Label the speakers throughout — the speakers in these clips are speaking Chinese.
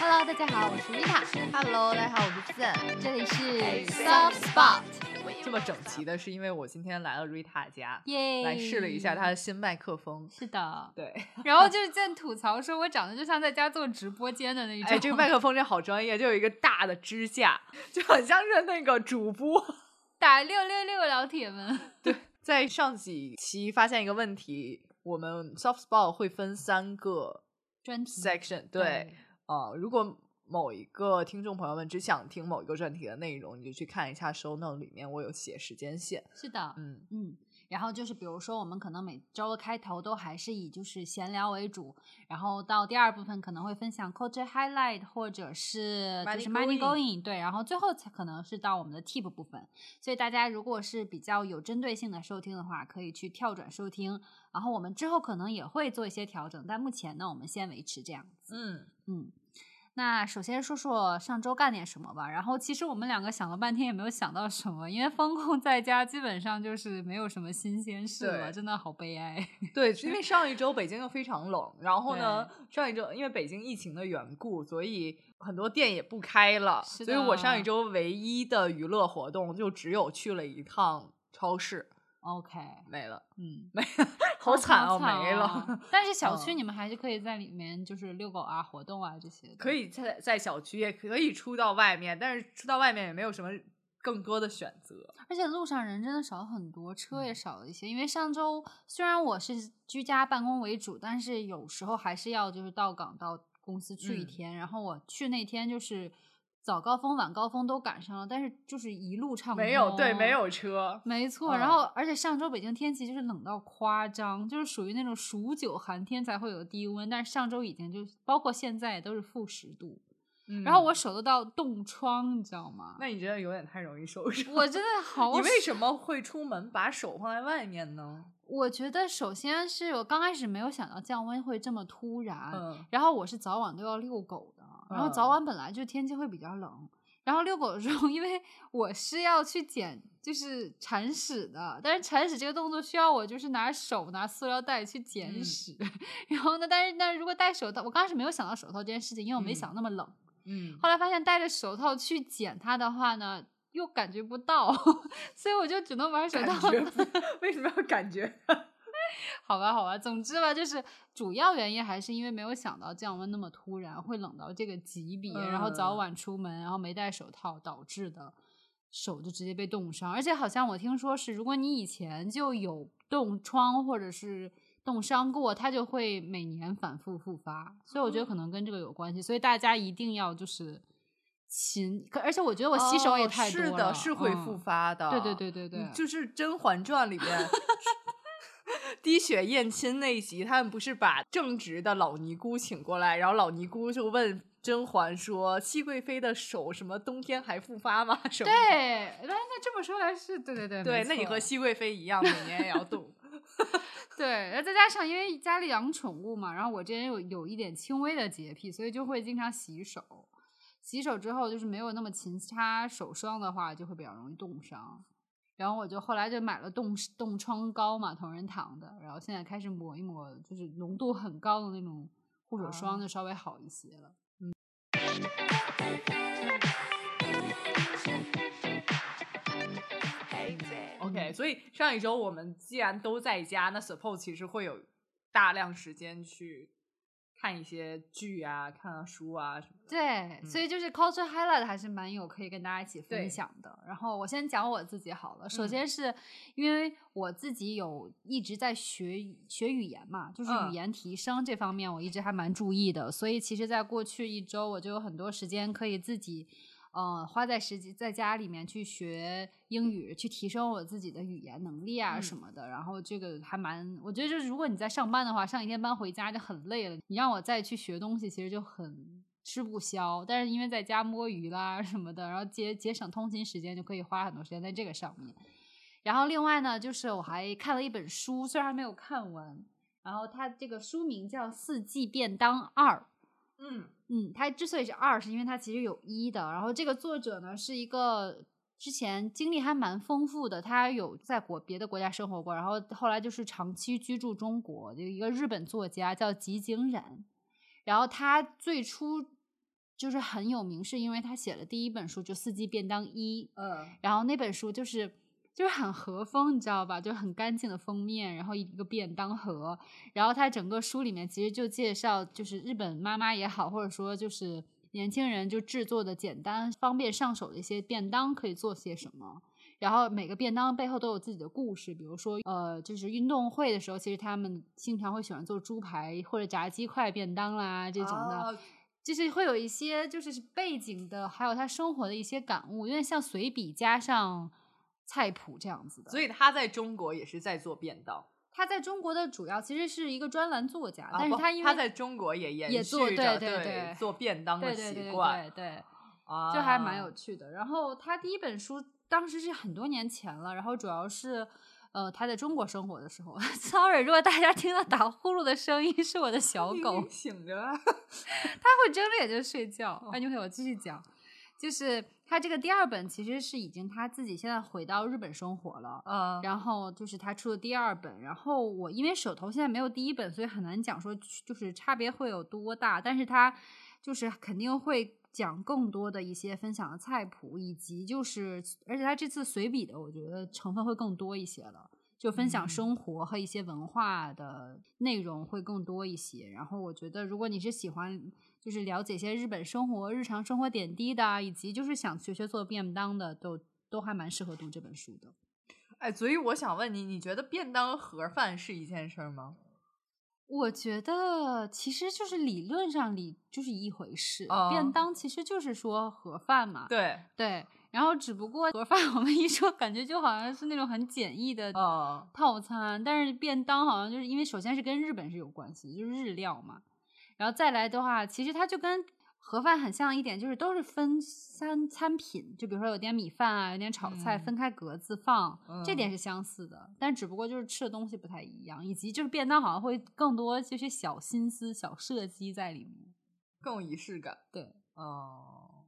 Speaker 1: Hello，大家好，我是 Rita，
Speaker 2: Hello，大家好，我是 Zen。
Speaker 1: 这里是 Soft Spot，
Speaker 2: 这么整齐的是因为我今天来了 Rita 家，
Speaker 1: 耶！
Speaker 2: 来试了一下她的新麦克风。
Speaker 1: 是 的，
Speaker 2: 对，
Speaker 1: 然后就是见吐槽说我长得就像在家做直播间的那种，
Speaker 2: 哎，这个麦克风真好专业，就有一个大的支架，就很像是那个主播。
Speaker 1: 打六六六老铁们，
Speaker 2: 在上几期发现一个问题，我们 Soft Spot 会分三个
Speaker 1: 专题
Speaker 2: section，对，嗯呃，如果某一个听众朋友们只想听某一个专题的内容，你就去看一下 show note 里面我有写时间线。
Speaker 1: 是的，
Speaker 2: 嗯，
Speaker 1: 嗯，然后就是比如说，我们可能每周的开头都还是以就是闲聊为主，然后到第二部分可能会分享 culture highlight 或者是就
Speaker 2: Money
Speaker 1: 是 money
Speaker 2: going
Speaker 1: going，对，然后最后才可能是到我们的 tip 部分。所以大家如果是比较有针对性的收听的话，可以去跳转收听。然后我们之后可能也会做一些调整，但目前呢，我们先维持这样子。
Speaker 2: 嗯，
Speaker 1: 嗯，那首先说说上周干点什么吧。然后其实我们两个想了半天也没有想到什么，因为风控在家基本上就是没有什么新鲜事了，
Speaker 2: 对
Speaker 1: 真的好悲哀。
Speaker 2: 对，因为上一周北京又非常冷，然后呢，上一周因为北京疫情的缘故，所以很多店也不开了，
Speaker 1: 是
Speaker 2: 所
Speaker 1: 的
Speaker 2: 以我上一周唯一的娱乐活动就只有去了一趟超市，哎
Speaker 1: OK，
Speaker 2: 没 了，
Speaker 1: 嗯，
Speaker 2: 好惨
Speaker 1: 哦，
Speaker 2: 没了。
Speaker 1: 啊 但是小区
Speaker 2: 嗯
Speaker 1: 你们还是可以在里面就是遛狗啊、活动啊这些的。
Speaker 2: 可以在在小区，也可以出到外面，但是出到外面也没有什么更多的选择。
Speaker 1: 而且路上人真的少很多，车也
Speaker 2: 嗯
Speaker 1: 少了一些。因为上周虽然我是居家办公为主，但是有时候还是要就是到岗到公司去一
Speaker 2: 嗯
Speaker 1: 天。然后我去那天就是早高峰、晚高峰都赶上了，但是就是一路畅通。
Speaker 2: 没有，对，没，有车。
Speaker 1: 没错。然
Speaker 2: 嗯
Speaker 1: 后而且上周北京天气就是冷到夸张，就是属于那种数九寒天才会有低温，但是上周已经就是包括现在也都是负十度。
Speaker 2: 嗯
Speaker 1: 然后我，手都到冻疮，你知道吗？
Speaker 2: 那你真的有点太容易受伤。
Speaker 1: 我真的好
Speaker 2: 你为什么会出门把手放在外面呢？
Speaker 1: 我觉得首先是我刚开始没有想到降温会这么突然，
Speaker 2: 嗯，
Speaker 1: 然后我是早晚都要遛狗的，然后早
Speaker 2: 嗯
Speaker 1: 晚本来就天气会比较冷，然后遛狗的时候，因为我是要去捡就是铲屎的，但是铲屎这个动作需要我就是拿手拿塑料袋去捡
Speaker 2: 嗯
Speaker 1: 屎， 然后呢，但是但是如果戴手套，我刚开始没有想到手套这件事情，因为我没
Speaker 2: 嗯
Speaker 1: 想那么冷，
Speaker 2: 嗯，
Speaker 1: 后来发现戴着手套去捡它的话呢。又感觉不到， 所以我就只能玩手
Speaker 2: 感
Speaker 1: 套。
Speaker 2: 觉 为什么要感觉？
Speaker 1: 好吧，好吧，总之吧，就是主要原因还是因为没有想到降温那么突然，会冷到这个级别，然后早
Speaker 2: 嗯
Speaker 1: 晚出门，然后没戴手套导致的，手就直接被冻伤。而且好像我听说是，如果你以前就有冻疮或者是冻伤过，它就会每年反复复发，所以我觉得可能跟这个有关系。所以大家一定要就是勤，可而且我觉得我洗手也
Speaker 2: 哦
Speaker 1: 太多了，
Speaker 2: 是的，是会复
Speaker 1: 嗯
Speaker 2: 发的。
Speaker 1: 对对对对对
Speaker 2: 嗯就是《甄嬛传》里面滴血验亲那一集，他们不是把正直的老尼姑请过来，然后老尼姑就问甄嬛说：“熹贵妃的手什么冬天还复发吗？”什么的
Speaker 1: 对，那那这么说来是对对对
Speaker 2: 对，
Speaker 1: 没
Speaker 2: 那你
Speaker 1: 错
Speaker 2: 和熹贵妃一样，每年也要动。
Speaker 1: 对，然后再加上因为家里养宠物嘛，然后我这人有有一点轻微的洁癖，所以就会经常洗手。洗手之后就是没有那么勤擦手霜的话，就会比较容易冻伤。然后我就后来就买了冻冻疮膏嘛，同仁堂的，然后现在开始抹一抹，就是浓度很高的那种护手霜，
Speaker 2: 啊
Speaker 1: 就稍微好一些了。嗯
Speaker 2: OK，所以上一周我们既然都在家，那 suppose 其实会有大量时间去看一些剧啊、看看书啊什么的。
Speaker 1: 对，所以就是 culture highlight 还是蛮有可以跟大家一起分
Speaker 2: 对
Speaker 1: 享的。然后我先讲我自己好了，首
Speaker 2: 嗯
Speaker 1: 先是因为我自己有一直在学语学语言嘛，就是语
Speaker 2: 嗯
Speaker 1: 言提升这方面我一直还蛮注意的，所以其实在过去一周我就有很多时间可以自己。呃，花在时间在家里面去学英语，去提升我自己的语言能力啊
Speaker 2: 嗯
Speaker 1: 什么的。然后这个还蛮，我觉得就是如果你在上班的话，上一天班回家就很累了，你让我再去学东西，其实就很吃不消。但是因为在家摸鱼啦什么的，然后节节省通勤时间，就可以花很多时间在这个上面。然后另外呢，就是我还看了一本书，虽然还没有看完，然后它这个书名叫《四季便当二》。
Speaker 2: 嗯
Speaker 1: 嗯，它之所以是二，是因为它其实有一的。然后这个作者呢是一个之前经历还蛮丰富的，他有在国别的国家生活过，然后后来就是长期居住中国，有一个日本作家叫吉井忍。然后他最初就是很有名，是因为他写了第一本书就《四季便当一》，
Speaker 2: 嗯，
Speaker 1: 然后那本书就是就是很和风，你知道吧？就是很干净的封面，然后一个便当盒，然后它整个书里面其实就介绍，就是日本妈妈也好，或者说就是年轻人就制作的简单、方便上手的一些便当可以做些什么。然后每个便当背后都有自己的故事，比如说，呃，就是运动会的时候，其实他们经常会喜欢做猪排或者炸鸡块便当啦这种的。
Speaker 2: 哦
Speaker 1: 就是会有一些就是背景的，还有他生活的一些感悟，有点像随笔加上菜谱这样子的。
Speaker 2: 所
Speaker 1: 以
Speaker 2: 以他在中国也是在做便当，
Speaker 1: 他在中国的主要其实是一个专栏作家，啊但是
Speaker 2: 他
Speaker 1: 因为
Speaker 2: 啊他在中国也延
Speaker 1: 也
Speaker 2: 续
Speaker 1: 做
Speaker 2: 着
Speaker 1: 对对
Speaker 2: 对
Speaker 1: 对
Speaker 2: 做便当的
Speaker 1: 对对对
Speaker 2: 习
Speaker 1: 对
Speaker 2: 惯，
Speaker 1: 对对，
Speaker 2: 啊，
Speaker 1: 就还蛮有趣的。然后他第一本书当时是很多年前了，然后主要是。呃，他在中国生活的时候 ，sorry，如果大家听到打呼噜的声音是我的 小
Speaker 2: 明
Speaker 1: 狗
Speaker 2: 明，醒着啊，
Speaker 1: 他会睁着眼睛睡觉。哎，你会我继续讲，就是他这个第二本其实是已经他自己现在回到日本生活了。
Speaker 2: 嗯，
Speaker 1: 然后就是他出的第二本，然后我因为手头现在没有第一本，所以很难讲说就是差别会有多大，但是他就是肯定会讲更多的一些分享的菜谱，以及就是而且他这次随笔的，我觉得成分会更多一些了。就分享
Speaker 2: 嗯
Speaker 1: 生活和一些文化的内容会更多一些。然后我觉得，如果你是喜欢就是了解一些日本生活、日常生活点滴的啊，以及就是想学学做便当的，都都还蛮适合读这本书的。
Speaker 2: 哎，所以我想问你，你觉得便当盒饭是一件事儿吗？
Speaker 1: 我觉得其实就是理论上理就是一回事，
Speaker 2: 哦
Speaker 1: 便当其实就是说盒饭嘛，
Speaker 2: 对，
Speaker 1: 对然后只不过盒饭 我们一说，感觉就好像是那种很简易的呃
Speaker 2: 嗯，
Speaker 1: 套餐，但是便当好像就是因为首先是跟日本是有关系，就是日料嘛，然后再来的话，其实它就跟盒饭很像一点，就是都是分三餐品，就比如说有点米饭啊，有点炒菜，
Speaker 2: 嗯
Speaker 1: 分开格子放，这
Speaker 2: 嗯
Speaker 1: 点是相似的，但只不过就是吃的东西不太一样，以及就是便当好像会更多这些小心思、小设计在里面。
Speaker 2: 更有仪式感。
Speaker 1: 对
Speaker 2: 哦、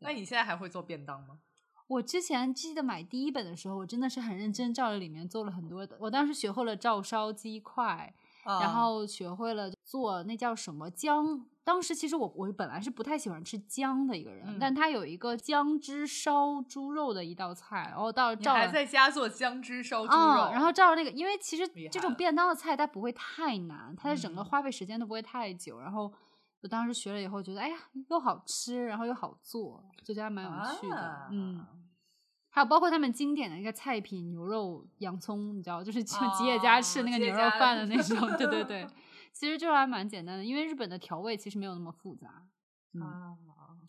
Speaker 2: 那你现在还会做便当吗？
Speaker 1: 我之前记得买第一本的时候，我真的是很认真照着里面做了很多的，我当时学会了照烧鸡块，然
Speaker 2: 嗯
Speaker 1: 后学会了做那叫什么姜。当时其实我我本来是不太喜欢吃姜的一个人，
Speaker 2: 嗯
Speaker 1: 但他有一个姜汁烧猪肉的一道菜，然后到
Speaker 2: 你
Speaker 1: 照
Speaker 2: 还
Speaker 1: 了
Speaker 2: 在家做姜汁烧猪肉，
Speaker 1: 啊、然后照着那个，因为其实
Speaker 2: 厉害
Speaker 1: 这种
Speaker 2: 了
Speaker 1: 便当的菜它不会太难，它的整个
Speaker 2: 嗯
Speaker 1: 花费时间都不会太久。然后我当时学了以后，觉得哎呀，又好吃，然后又好做，就觉得还蛮有趣的。
Speaker 2: 啊
Speaker 1: 嗯，还有包括他们经典的一个菜品牛肉洋葱，你知道，就是去吉野家吃
Speaker 2: 哦
Speaker 1: 那个
Speaker 2: 吉
Speaker 1: 牛
Speaker 2: 野
Speaker 1: 肉
Speaker 2: 家的
Speaker 1: 饭的那种。对对 对，其实就还蛮简单的，因为日本的调味其实没有那么复杂。嗯
Speaker 2: 啊，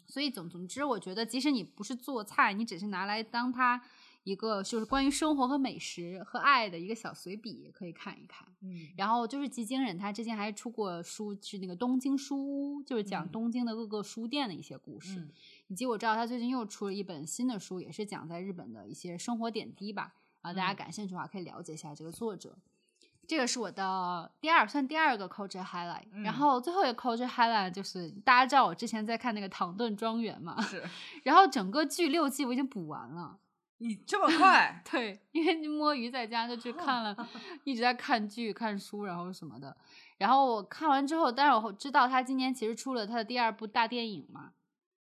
Speaker 1: 所以总总之，我觉得即使你不是做菜，你只是拿来当它一个就是关于生活和美食和爱的一个小随笔，也可以看一看。
Speaker 2: 嗯，
Speaker 1: 然后就是吉京忍，他之前还出过书，是那个《东京书屋》，就是讲
Speaker 2: 嗯
Speaker 1: 东京的各个书店的一些故事。
Speaker 2: 嗯
Speaker 1: 以及我知道他最近又出了一本新的书，也是讲在日本的一些生活点滴吧。然后大家
Speaker 2: 嗯
Speaker 1: 感兴趣的话，可以了解一下这个作者。这个是我的第二，算第二个 culture highlight、然
Speaker 2: 嗯
Speaker 1: 后最后一个 culture highlight 就是大家知道我之前在看那个《唐顿庄园》嘛，
Speaker 2: 是
Speaker 1: 然后整个剧六季我已经补完了。？
Speaker 2: 你这么快
Speaker 1: 对，因为摸鱼在家就去看了，一直在看剧、看书，然后什么的。然后我看完之后，但是我知道他今年其实出了他的第二部大电影嘛，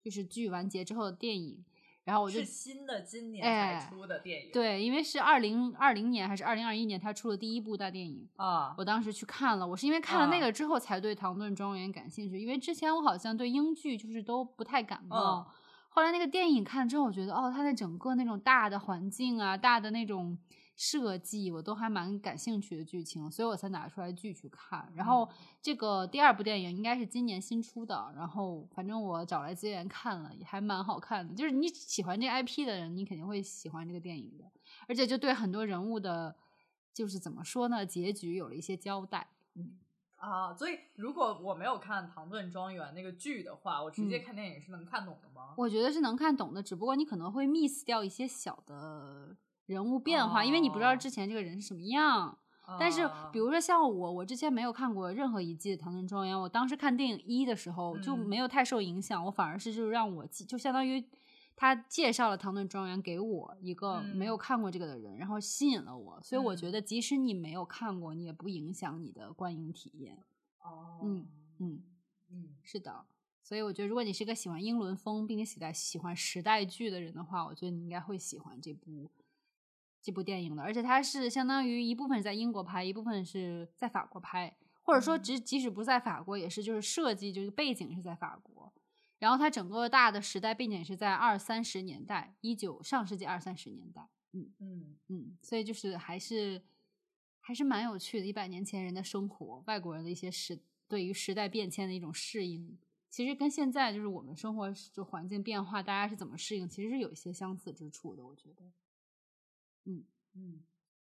Speaker 1: 就是剧完结之后的电影。然 后我就是
Speaker 2: 新的今年
Speaker 1: 哎
Speaker 2: 才出的电影，
Speaker 1: 对，因为是二零二零年还是二零二一年，他出了第一部大电影。
Speaker 2: 啊，
Speaker 1: 我当时去看了，我是因为看了那
Speaker 2: 啊
Speaker 1: 个之后才对《唐顿庄园》感兴趣，因为之前我好像对英剧就是都不太感冒。后来那个电影看了之后，我觉得哦，它的整个那种大的环境啊，大的那种设计，我都还蛮感兴趣的剧情，所以我才拿出来剧去看。然后这个第二部电影应该是今年新出的，然后反正我找来资源看了，也还蛮好看的。就是你喜欢这个 IP 的人，你肯定会喜欢这个电影的。而且就对很多人物的，就是怎么说呢，结局有了一些交代。
Speaker 2: 啊，所以如果我没有看《唐顿庄园》那个剧的话，我直接
Speaker 1: 嗯
Speaker 2: 看电影是能看懂的吗？
Speaker 1: 我觉得是能看懂的，只不过你可能会 miss 掉一些小的人物变化，因为你不知道
Speaker 2: 哦
Speaker 1: 之前这个人是什么样。但是
Speaker 2: 啊
Speaker 1: 比如说像我，我之前没有看过任何一季的《唐顿庄园》，我当时看电影一的时候就
Speaker 2: 嗯
Speaker 1: 没有太受影响，我反而是就是让我记，就相当于他介绍了《唐顿庄园》给我一个没有
Speaker 2: 嗯
Speaker 1: 看过这个的人，然后吸引了我，所以我觉
Speaker 2: 嗯
Speaker 1: 得即使你没有看过，你也不影响你的观影体验。
Speaker 2: 哦
Speaker 1: 嗯嗯，是的，所以我觉得如果你是一个喜欢英伦风并且喜在喜欢时代剧的人的话，我觉得你应该会喜欢这部这部电影的。而且它是相当于一部分是在英国拍，一部分是在法国拍，或者说即即使不在法国，也是就是设计就是背景是在法国。然后它整个大的时代背景是在二三十年代，一九上世纪二三十年代，嗯
Speaker 2: 嗯，
Speaker 1: 嗯，所以就是还是还是蛮有趣的，一百年前人的生活，外国人的一些时对于时代变迁的一种适应，其实跟现在就是我们生活就环境变化，大家是怎么适应，其实是有一些相似之处的，我觉得，嗯嗯，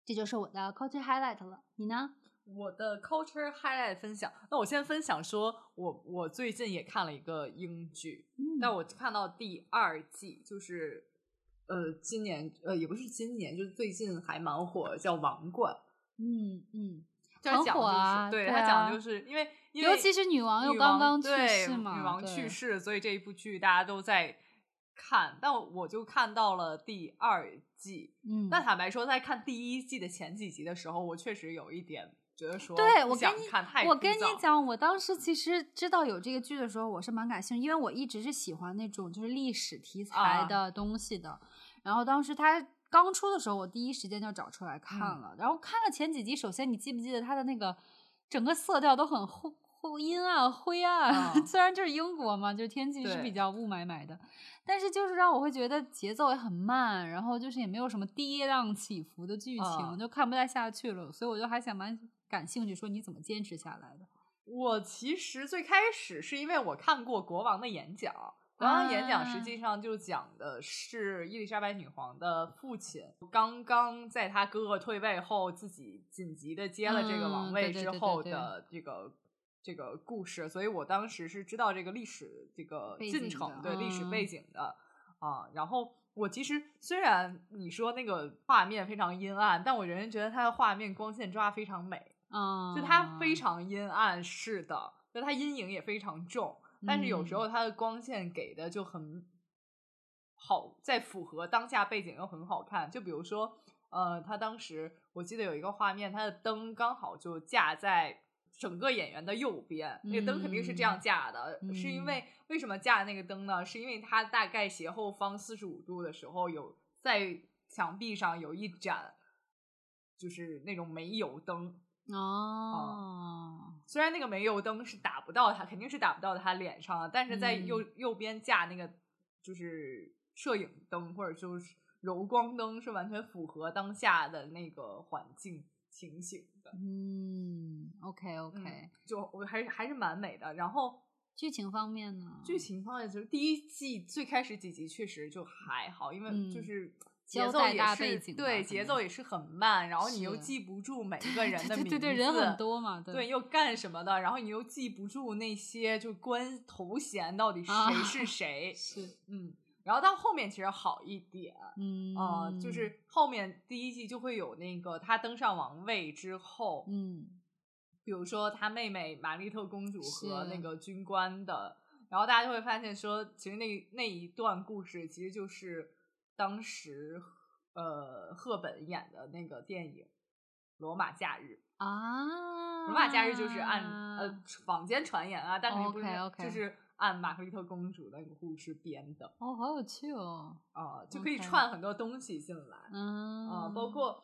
Speaker 1: 这就是我的 culture highlight 了，你呢？
Speaker 2: 我的 culture highlight 分享，那我先分享说，我我最近也看了一个英剧，那
Speaker 1: 嗯
Speaker 2: 我看到第二季，就是呃，今年呃也不是今年，就是最近还蛮火，叫《王冠》，
Speaker 1: 嗯嗯，
Speaker 2: 就
Speaker 1: 很
Speaker 2: 它讲的就是
Speaker 1: 火啊
Speaker 2: 对
Speaker 1: 对
Speaker 2: 它讲
Speaker 1: 啊
Speaker 2: 的就是因为因为
Speaker 1: 尤其是女王又
Speaker 2: 女
Speaker 1: 刚
Speaker 2: 王
Speaker 1: 刚去
Speaker 2: 对
Speaker 1: 世嘛，
Speaker 2: 女王去
Speaker 1: 对，
Speaker 2: 世，所以这一部剧大家都在看，但我就看到了第二季。
Speaker 1: 嗯，
Speaker 2: 那坦白说，在看第一季的前几集的时候，我确实有一点觉得说，
Speaker 1: 对
Speaker 2: 不
Speaker 1: 我跟
Speaker 2: 想
Speaker 1: 你
Speaker 2: 看太
Speaker 1: 我
Speaker 2: 枯
Speaker 1: 跟你
Speaker 2: 燥，
Speaker 1: 讲，我当时其实知道有这个剧的时候，我是蛮感兴趣，因为我一直是喜欢那种就是历史题材
Speaker 2: 啊
Speaker 1: 的东西的。然后当时它刚出的时候，我第一时间就找出来看
Speaker 2: 嗯
Speaker 1: 了。然后看了前几集，首先你记不记得它的那个整个色调都很灰灰阴暗、灰暗？
Speaker 2: 啊
Speaker 1: 虽然就是英国嘛，就是天气是
Speaker 2: 对
Speaker 1: 比较雾霾霾的，但是就是让我会觉得节奏也很慢，然后就是也没有什么跌宕起伏的剧情，
Speaker 2: 啊
Speaker 1: 就看不太下去了。所以我就还想蛮感兴趣，说你怎么坚持下来的？
Speaker 2: 我其实最开始是因为我看过国王的演讲，国王的演讲实
Speaker 1: 啊
Speaker 2: 际上就讲的是伊丽莎白女皇的父亲刚刚在他哥哥退位后，自己紧急的接了这个
Speaker 1: 嗯
Speaker 2: 王位
Speaker 1: 对对
Speaker 2: 之
Speaker 1: 对
Speaker 2: 后
Speaker 1: 对对
Speaker 2: 的这个。这个故事，所以我当时是知道这个历史这个
Speaker 1: 背
Speaker 2: 进
Speaker 1: 景
Speaker 2: 程
Speaker 1: 的，
Speaker 2: 对历史
Speaker 1: 嗯
Speaker 2: 背景的啊。然后我其实虽然你说那个画面非常阴暗，但我仍然觉得它的画面光线抓得非常美，
Speaker 1: 啊、
Speaker 2: 就它非常阴暗，是的，就它阴影也非常重，但是有时
Speaker 1: 嗯
Speaker 2: 候它的光线给的就很好，在符合当下背景又很好看。就比如说，呃，他当时我记得有一个画面，它的灯刚好就架在。整个演员的右边，那个灯肯定是这样
Speaker 1: 嗯
Speaker 2: 架的，是因
Speaker 1: 嗯
Speaker 2: 为为什么架那个灯呢？是因为它大概斜后方四十五度的时候，有在墙壁上有一盏，就是那种煤油灯，
Speaker 1: 哦，
Speaker 2: 虽然那个煤油灯是打不到他，肯定是打不到他脸上的，但是在右、
Speaker 1: 嗯
Speaker 2: 右边架那个就是摄影灯或者就是柔光灯，是完全符合当下的那个环境情形的。
Speaker 1: 嗯，OK OK，、
Speaker 2: 嗯就我还是还是蛮美的。然后
Speaker 1: 剧情 方面呢？
Speaker 2: 剧情方面，就是第一季最开始几集确实就还好，因为
Speaker 1: 嗯
Speaker 2: 就是。
Speaker 1: 交
Speaker 2: 节奏
Speaker 1: 代
Speaker 2: 也
Speaker 1: 大
Speaker 2: 是
Speaker 1: 背景吧
Speaker 2: 对，
Speaker 1: 可
Speaker 2: 节
Speaker 1: 能
Speaker 2: 奏也是很慢，然后你又
Speaker 1: 是
Speaker 2: 记不住每一个人的
Speaker 1: 对
Speaker 2: 名字，
Speaker 1: 对对，人很多嘛，
Speaker 2: 对，又干什么的，然后你又记不住那些就关头衔到底谁
Speaker 1: 啊
Speaker 2: 是谁，
Speaker 1: 是，
Speaker 2: 嗯，然后到后面其实好一点，
Speaker 1: 嗯，
Speaker 2: 呃，就是后面第一季就会有那个他登上王位之后，
Speaker 1: 嗯，
Speaker 2: 比如说他妹妹玛丽特公主和
Speaker 1: 是
Speaker 2: 那个军官的，然后大家就会发现说，其实那那一段故事其实就是当时呃赫本演的那个电影《罗马假日》。
Speaker 1: 啊，
Speaker 2: 罗马假日就是按呃坊间传言啊，但肯定不是那
Speaker 1: OK，OK
Speaker 2: 就是按玛格丽特公主那个故事编的
Speaker 1: 哦，好有趣哦，
Speaker 2: 啊、就可以
Speaker 1: OK
Speaker 2: 串很多东西进来啊、
Speaker 1: 嗯，
Speaker 2: 包括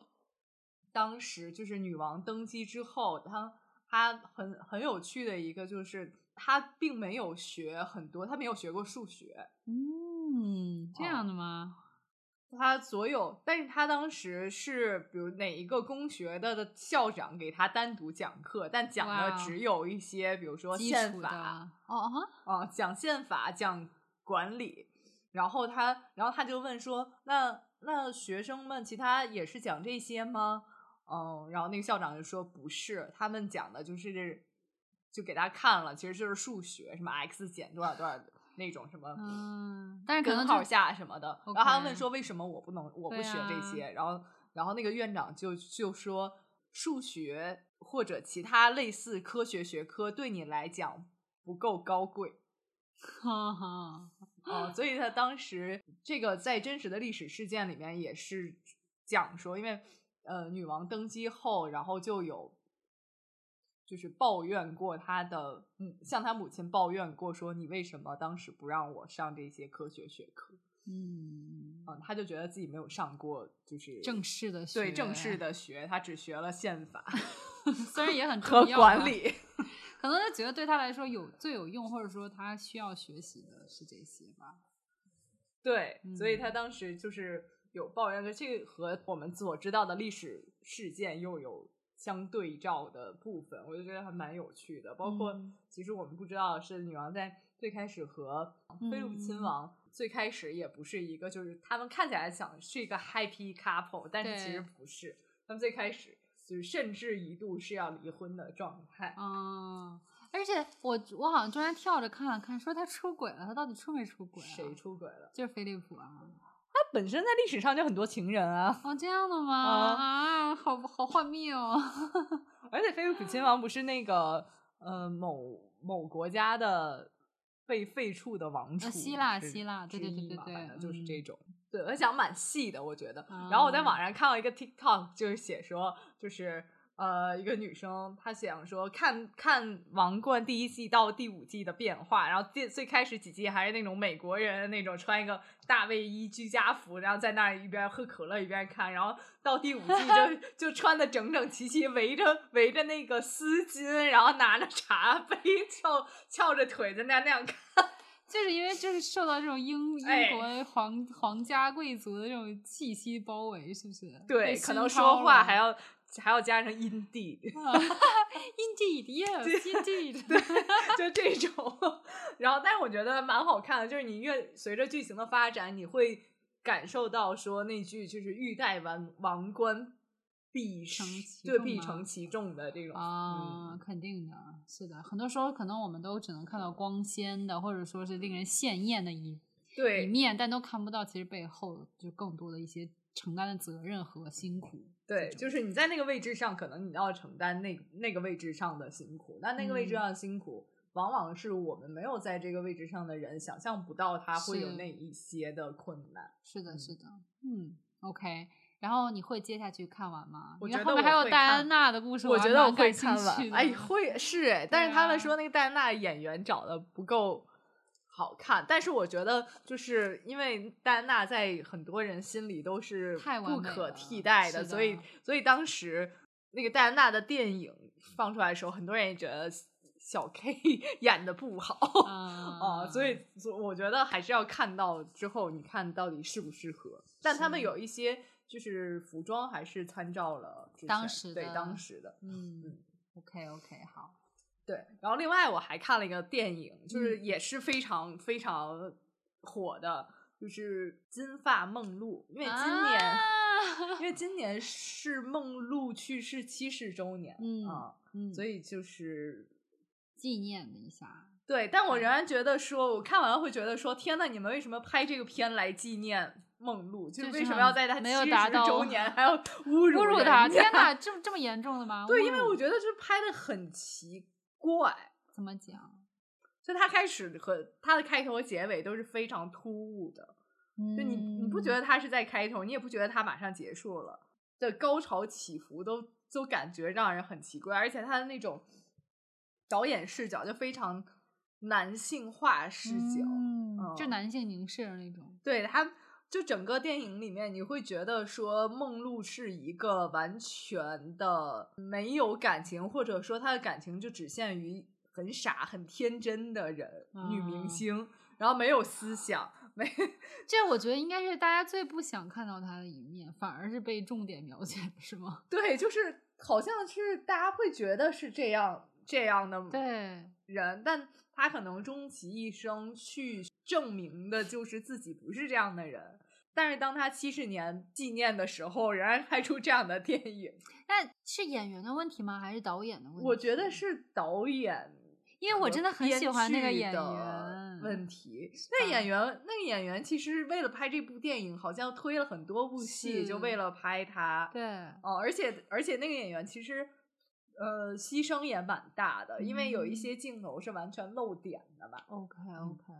Speaker 2: 当时就是女王登基之后，她她很很有趣的一个就是她并没有学很多，她没有学过数学，
Speaker 1: 嗯，这
Speaker 2: 哦
Speaker 1: 样的吗？
Speaker 2: 她所有，但是她当时是比如哪一个公学的的校长给她单独讲课，但讲
Speaker 1: 哇
Speaker 2: 的
Speaker 1: 哦
Speaker 2: 只有一些比如说
Speaker 1: 基
Speaker 2: 宪
Speaker 1: 础的
Speaker 2: 法。
Speaker 1: 哦啊，
Speaker 2: 啊，讲宪法，讲管理。然后他，然后他就问说：“那那学生们其他也是讲这些吗？”嗯，然后那个校长就说：“不是，他们讲的就是，就给他看了，其实就是数学，什么 x 减多少多少那种什么
Speaker 1: 嗯，但是可
Speaker 2: 根
Speaker 1: 能
Speaker 2: 号
Speaker 1: 就
Speaker 2: 下什么的。然后他
Speaker 1: OK
Speaker 2: 问说：“为什么我不能，我不
Speaker 1: 对
Speaker 2: 学这
Speaker 1: 啊
Speaker 2: 些？”然后，然后那个院长就就说：“数学或者其他类似科学学科对你来讲不够高贵。”
Speaker 1: 哈哈，
Speaker 2: 哦，所以他当时这个在真实的历史事件里面也是讲说，因为呃，女王登基后，然后就有就是抱怨过他的，嗯，向他母亲抱怨过，说你为什么当时不让我上这些科学学科？
Speaker 1: 嗯，
Speaker 2: 嗯，他就觉得自己没有上过，就是
Speaker 1: 正式的学
Speaker 2: 对正式，的学，他只学了宪法
Speaker 1: 虽然也很
Speaker 2: 和
Speaker 1: 重要
Speaker 2: 管
Speaker 1: 吧，
Speaker 2: 理。
Speaker 1: 可能他觉得对他来说有最有用，或者说他需要学习的是这些吧。
Speaker 2: 对，所以他
Speaker 1: 嗯
Speaker 2: 当时就是有抱怨的，这个和我们所知道的历史事件又有相对照的部分，我就觉得还蛮有趣的。包括
Speaker 1: 嗯
Speaker 2: 其实我们不知道的是，女王在最开始和菲利普亲
Speaker 1: 嗯
Speaker 2: 王最开始也不是一个，就是他们看起来想是一个 happy couple，但是其
Speaker 1: 对
Speaker 2: 实不是，他们最开始就是甚至一度是要离婚的状态。
Speaker 1: 啊、而且我我好像中间跳着看了看，说他出轨了，他到底出没出轨、啊？
Speaker 2: 谁？出轨了？
Speaker 1: 就是菲利普啊。
Speaker 2: 他本身在历史上就很多情人啊。
Speaker 1: 哦，这样的吗？啊，好好幻灭哦。
Speaker 2: 而且菲利普亲王不是那个呃某某国家的被废黜的王储之，
Speaker 1: 啊希腊希腊对
Speaker 2: 之
Speaker 1: 对对
Speaker 2: 一
Speaker 1: 对
Speaker 2: 嘛
Speaker 1: 对
Speaker 2: 反正就是
Speaker 1: 嗯
Speaker 2: 这种。对，我想蛮细的，我觉得。然后我在
Speaker 1: 啊
Speaker 2: 网上看到一个 TikTok，就是写说，就是呃，一个女生她想说看看《王冠》第一季到第五季的变化，然后最最开始几季还是那种美国人那种穿一个大卫衣居家服，然后在那儿一边喝可乐一边看，然后到第五季 就就穿的整整齐齐，围着围着那个丝巾，然后拿着茶杯，翘翘着腿在那那样看。
Speaker 1: 就是因为就是受到这种英英
Speaker 2: 哎
Speaker 1: 国皇、皇家贵族的这种气息包围，是不是？
Speaker 2: 对，
Speaker 1: 被
Speaker 2: 可
Speaker 1: 熏
Speaker 2: 能
Speaker 1: 陶
Speaker 2: 说话
Speaker 1: 了
Speaker 2: 还要 还要加上音地。
Speaker 1: 啊 indeed yes indeed 对
Speaker 2: 就这种。然后，但是我觉得蛮好看的，就是你越随着剧情的发展，你会感受到说那句就是“欲戴王王冠，必
Speaker 1: 承
Speaker 2: 是
Speaker 1: 其
Speaker 2: 对
Speaker 1: 重
Speaker 2: 必
Speaker 1: 吗
Speaker 2: 承其重”的这种。 嗯
Speaker 1: 啊，肯定的，是的。很多时候可能我们都只能看到光鲜的，或者说是令人鲜艳的一一
Speaker 2: 对
Speaker 1: 面，但都看不到其实背后就更多的一些承担的责任和辛苦。
Speaker 2: 对，就是你在那个位置上，可能你要承担那那个位置上的辛苦。那那个位置
Speaker 1: 嗯
Speaker 2: 上的辛苦，往往是我们没有在这个位置上的人想象不到，他会有
Speaker 1: 是
Speaker 2: 那一些的困难。
Speaker 1: 是的，
Speaker 2: 嗯
Speaker 1: 是的，嗯，OK。然后你会接下去看完吗？
Speaker 2: 我
Speaker 1: 因为
Speaker 2: 觉
Speaker 1: 后
Speaker 2: 得
Speaker 1: 面还
Speaker 2: 我
Speaker 1: 有
Speaker 2: 会
Speaker 1: 戴
Speaker 2: 看
Speaker 1: 安娜的故事，
Speaker 2: 我
Speaker 1: 还
Speaker 2: 觉得
Speaker 1: 蛮
Speaker 2: 我会
Speaker 1: 感
Speaker 2: 看
Speaker 1: 兴
Speaker 2: 完
Speaker 1: 趣，的
Speaker 2: 哎，会是哎，但是他
Speaker 1: 对啊
Speaker 2: 们说那个戴安娜演员找的不够好看，但是我觉得就是因为戴安娜在很多人心里都是
Speaker 1: 太完
Speaker 2: 不
Speaker 1: 美
Speaker 2: 可
Speaker 1: 了
Speaker 2: 替代
Speaker 1: 是
Speaker 2: 的，
Speaker 1: 的
Speaker 2: 所以所以当时那个戴安娜的电影放出来的时候，很多人也觉得小 K 演的不好。
Speaker 1: 啊
Speaker 2: 啊，所以所以我觉得还是要看到之后，你看到底适不适合。但他们
Speaker 1: 是
Speaker 2: 有一些就是服装还是参照了之
Speaker 1: 当
Speaker 2: 前
Speaker 1: 时
Speaker 2: 对
Speaker 1: 的
Speaker 2: 当时的，
Speaker 1: 嗯，OK OK，好，
Speaker 2: 对，然后另外我还看了一个电影，
Speaker 1: 嗯
Speaker 2: 就是也是非常非常火的，就是《金发梦露》，因为今年、
Speaker 1: 啊
Speaker 2: 因为今年是梦露去世七十周年，
Speaker 1: 嗯
Speaker 2: 啊，
Speaker 1: 嗯，
Speaker 2: 所以就是
Speaker 1: 纪念了一下，
Speaker 2: 对，但我
Speaker 1: 对
Speaker 2: 仍然觉得说，我看完会觉得说，天呐，你们为什么拍这个片来纪念梦露？就是
Speaker 1: 就是
Speaker 2: 为什么
Speaker 1: 很
Speaker 2: 要在她
Speaker 1: 没有达
Speaker 2: 七十
Speaker 1: 到
Speaker 2: 周年还 要 侮
Speaker 1: 侮
Speaker 2: 辱
Speaker 1: 辱
Speaker 2: 人
Speaker 1: 他，
Speaker 2: 家
Speaker 1: 天！ 嗯哪，这么这么严重的吗？
Speaker 2: 对，
Speaker 1: 侮
Speaker 2: 因为我
Speaker 1: 辱
Speaker 2: 觉得就是拍的很奇怪，
Speaker 1: 怎么讲，
Speaker 2: 就他开始和他的开头和结尾都是非常突兀的，
Speaker 1: 就
Speaker 2: 就你你
Speaker 1: 嗯
Speaker 2: 不觉得他是在开头，你也不觉得他马上结束了，的高潮起伏都都感觉让人很奇怪，而且他的那种导演视角就非常男性化视角。
Speaker 1: 嗯，就
Speaker 2: 嗯
Speaker 1: 男性凝视的那种，
Speaker 2: 对他，就整个电影里面，你会觉得说梦露是一个完全的没有感情，或者说她的感情就只限于很傻、很天真的人，女
Speaker 1: 啊
Speaker 2: 明星，然后没有思想，没
Speaker 1: 这我觉得应该是大家最不想看到他的一面，反而是被重点描写的是 吗？
Speaker 2: 对，就是好像是大家会觉得是这样这样的
Speaker 1: 对，
Speaker 2: 人，但他可能终其一生去证明的就是自己不是这样的人。但是当他七十年纪念的时候，仍然拍出这样的电影，
Speaker 1: 那是演员的问题吗？还是导演的问题？
Speaker 2: 我觉得，是导演，
Speaker 1: 因为我真的很喜欢那个演员。嗯
Speaker 2: 问题，那个
Speaker 1: 吧
Speaker 2: 演员，那个演员其实为了拍这部电影，好像推了很多部戏，就是为了拍他。
Speaker 1: 对，
Speaker 2: 哦，而且而且那个演员其实，呃，牺牲也蛮大的，因为有一
Speaker 1: 嗯
Speaker 2: 些镜头是完全露点的嘛。嗯
Speaker 1: OK OK，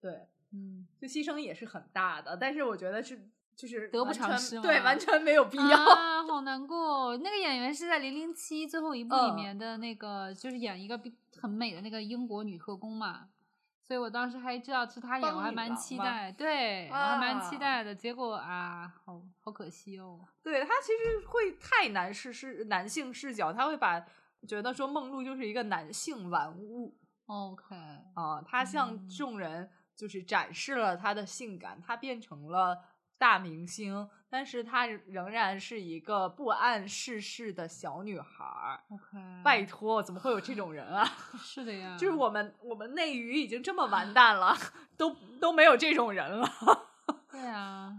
Speaker 2: 对，
Speaker 1: 嗯
Speaker 2: 就牺牲也是很大的，但是我觉得是就是
Speaker 1: 得不
Speaker 2: 完
Speaker 1: 偿
Speaker 2: 全
Speaker 1: 失
Speaker 2: 对，
Speaker 1: 嘛
Speaker 2: 完全没有必要。
Speaker 1: 啊，好难过。那个演员是在《零零七》最后一部里
Speaker 2: 嗯
Speaker 1: 面的那个，就是演一个比很美的那个英国女特工嘛。所以我当时还知道是她演，
Speaker 2: 邦
Speaker 1: 我还
Speaker 2: 女
Speaker 1: 蛮
Speaker 2: 郎
Speaker 1: 期
Speaker 2: 吗
Speaker 1: 待，对，我还蛮期
Speaker 2: 啊
Speaker 1: 待的。结果啊，好好可惜哦。
Speaker 2: 对他其实会太男视视男性视角，他会把觉得说梦露就是一个男性玩物
Speaker 1: OK，
Speaker 2: 啊，他向
Speaker 1: 嗯
Speaker 2: 众人就是展示了他的性感，他变成了大明星，但是他仍然是一个不谙世事的小女孩儿。
Speaker 1: OK，
Speaker 2: 拜托，怎么会有这种人啊？
Speaker 1: 是的呀，
Speaker 2: 就是我们我们内娱已经这么完蛋了， 都都没有这种人了。
Speaker 1: 对啊，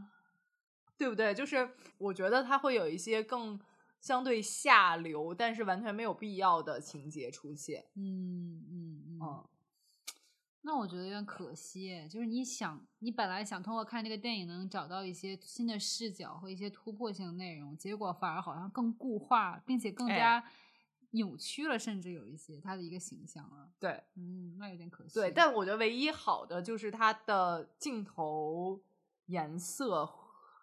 Speaker 2: 对不对？就是我觉得它会有一些更相对下流，但是完全没有必要的情节出现。
Speaker 1: 嗯嗯嗯，
Speaker 2: 嗯，
Speaker 1: 那我觉得有点可惜，就是你想，你本来想通过看这个电影能找到一些新的视角和一些突破性内容，结果反而好像更固化，并且更
Speaker 2: 哎
Speaker 1: 加扭曲了，甚至有一些他的一个形象了。
Speaker 2: 对
Speaker 1: 嗯，那有点可惜。
Speaker 2: 对，但我觉得唯一好的就是它的镜头颜色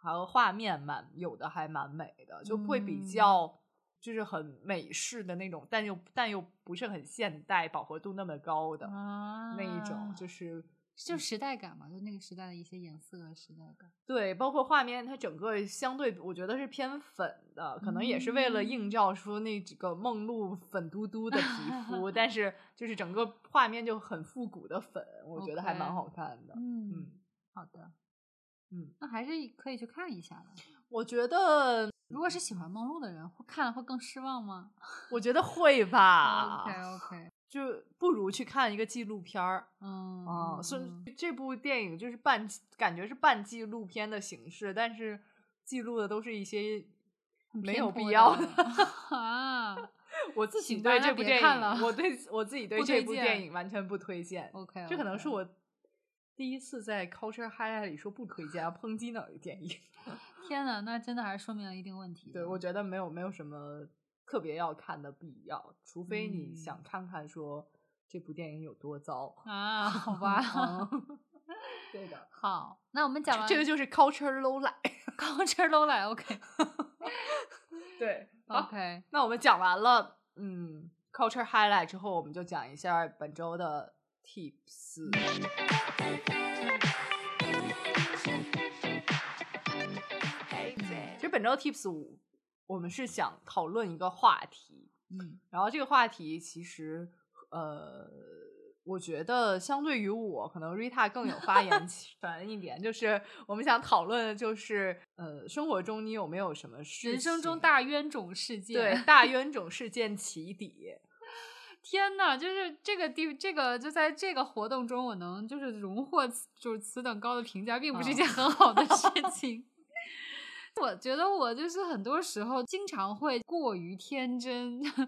Speaker 2: 还有画面蛮有的还蛮美的，就会比
Speaker 1: 嗯
Speaker 2: 较就是很美式的那种，但又但又不是很现代，饱和度那么高的
Speaker 1: 啊，
Speaker 2: 那一种，就是。嗯
Speaker 1: 就时代感嘛，就那个时代的一些颜色时代感。
Speaker 2: 对，包括画面，它整个相对我觉得是偏粉的，可能也是为了
Speaker 1: 嗯
Speaker 2: 映照出那几个梦露粉嘟嘟的皮肤，但是就是整个画面就很复古的粉，我觉得还蛮
Speaker 1: OK
Speaker 2: 好看的。
Speaker 1: 嗯，
Speaker 2: 嗯
Speaker 1: 好的，
Speaker 2: 嗯，
Speaker 1: 那还是可以去看一下的。
Speaker 2: 我觉得，
Speaker 1: 如果是喜欢梦露的人，会看了会更失望吗
Speaker 2: 我觉得会吧，
Speaker 1: ？OK OK，
Speaker 2: 就不如去看一个纪录片儿
Speaker 1: 嗯，
Speaker 2: 啊。
Speaker 1: 嗯
Speaker 2: 所
Speaker 1: 嗯
Speaker 2: 以这部电影就是半感觉是半纪录片的形式，但是记录的都是一些
Speaker 1: 很
Speaker 2: 没
Speaker 1: 偏
Speaker 2: 有
Speaker 1: 颇
Speaker 2: 必要
Speaker 1: 的 啊。
Speaker 2: 我自己
Speaker 1: 行吧
Speaker 2: 对
Speaker 1: 那
Speaker 2: 这部
Speaker 1: 别
Speaker 2: 电
Speaker 1: 看
Speaker 2: 影，
Speaker 1: 了
Speaker 2: 我对我自己对
Speaker 1: 不
Speaker 2: 这
Speaker 1: 推
Speaker 2: 部
Speaker 1: 荐哦
Speaker 2: 电影完全不推荐。
Speaker 1: OK，
Speaker 2: 这可能是
Speaker 1: OK
Speaker 2: 我第一次在 culture highlight 里说不推荐啊，抨击哪个 电影？
Speaker 1: 天呐，那真的还是说明了一定问题的。
Speaker 2: 对我觉得没有没有什么特别要看的必要，除非你
Speaker 1: 嗯
Speaker 2: 想看看说这部电影有多 糟。
Speaker 1: 啊，好吧，
Speaker 2: 嗯对 的，
Speaker 1: 好，那我们讲完
Speaker 2: 这个就是 culture low life。
Speaker 1: 高吃都来 OK
Speaker 2: 对，啊好，
Speaker 1: OK，
Speaker 2: 那我们讲完了，嗯，culture highlight 之后，我们就讲一下本周的 tips。其实本周 tips 五，我们是想讨论一个话题，
Speaker 1: 嗯
Speaker 2: 然后这个话题其实，呃，我觉得相对于我，可能 Rita 更有发言权一点，就是我们想讨论的就是，呃，生活中你有没有什么事情
Speaker 1: 人生中大冤种事件，
Speaker 2: 对大冤种事件起底？
Speaker 1: 天呐，就是这个地，这个就在这个活动中，我能就是荣获此就是此等高的评价，并不是一件很好的 事情。我觉得我就是很多时候经常会过于天真，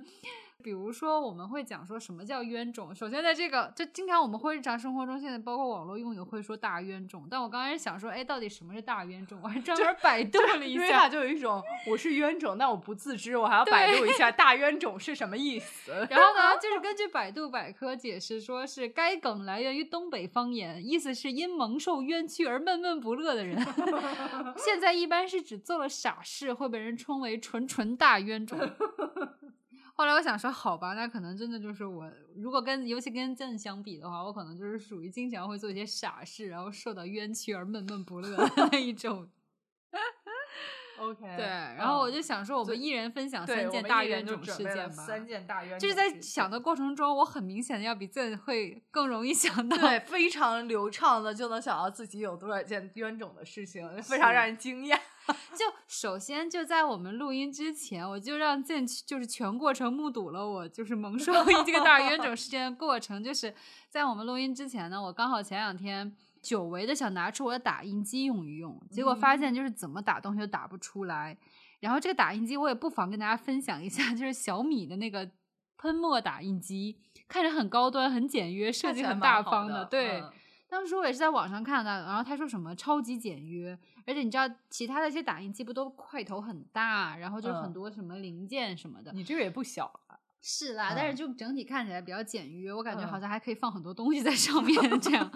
Speaker 1: 比如说我们会讲说什么叫冤种。首先，在这个就经常我们会日常生活中，现在包括网络用语会说大冤种，但我刚开始想说，哎，到底什么是大冤种？我还专门百度了一
Speaker 2: Rita
Speaker 1: 下。
Speaker 2: 就有一种我是冤种，但我不自知，我还要百度一下大冤种是什么意思。
Speaker 1: 然后 呢，就是根据百度百科解释，说是该梗来源于东北方言，意思是因蒙受冤屈而闷闷不乐的 人。现在一般是指做了傻事会被人称为“纯纯大冤 种”。后来我想说，好吧，那可能真的就是我，如果跟尤其跟朕相比的话，我可能就是属于经常会做一些傻事，然后受到冤屈而闷闷不乐的 那一种。
Speaker 2: OK，
Speaker 1: 对，然后我就想嗯说，我们一人分享
Speaker 2: 嗯对
Speaker 1: 三
Speaker 2: 我
Speaker 1: 件
Speaker 2: 们
Speaker 1: 大
Speaker 2: 一人
Speaker 1: 冤
Speaker 2: 就
Speaker 1: 种
Speaker 2: 准
Speaker 1: 事
Speaker 2: 备了
Speaker 1: 件吧。
Speaker 2: 三件大冤种事件，
Speaker 1: 就是在想的过程中，我很明显的要比 Zen 会更容易 想到。
Speaker 2: 对，非常流畅的就能想到自己有多少件冤种的事情，非常
Speaker 1: 是
Speaker 2: 让人惊讶。
Speaker 1: 就首先就在我们录音之前，我就让 Zen 去就是全过程目睹了我就是蒙受这个大冤种事件的过程。就是在我们录音之前呢，我刚好前两天久违的想拿出我的打印机用一用，结果发
Speaker 2: 嗯
Speaker 1: 现就是怎么打东西都打不出来。然后这个打印机我也不妨跟大家分享一下，就是小米的那个喷墨打印机，看着很高端、很简约，设
Speaker 2: 看起
Speaker 1: 计
Speaker 2: 来
Speaker 1: 很
Speaker 2: 蛮
Speaker 1: 大
Speaker 2: 好
Speaker 1: 方
Speaker 2: 的，
Speaker 1: 对。
Speaker 2: 嗯
Speaker 1: 当时我也是在网上看到的，然后他说什么超级简约，而且你知道其他的一些打印机不都块头很大，然后就
Speaker 2: 嗯
Speaker 1: 很多什么零件什么的，
Speaker 2: 你这个也不小了，
Speaker 1: 是啦，
Speaker 2: 嗯
Speaker 1: 但是就整体看起来比较简约，我感觉
Speaker 2: 嗯
Speaker 1: 好像还可以放很多东西在上面这 样。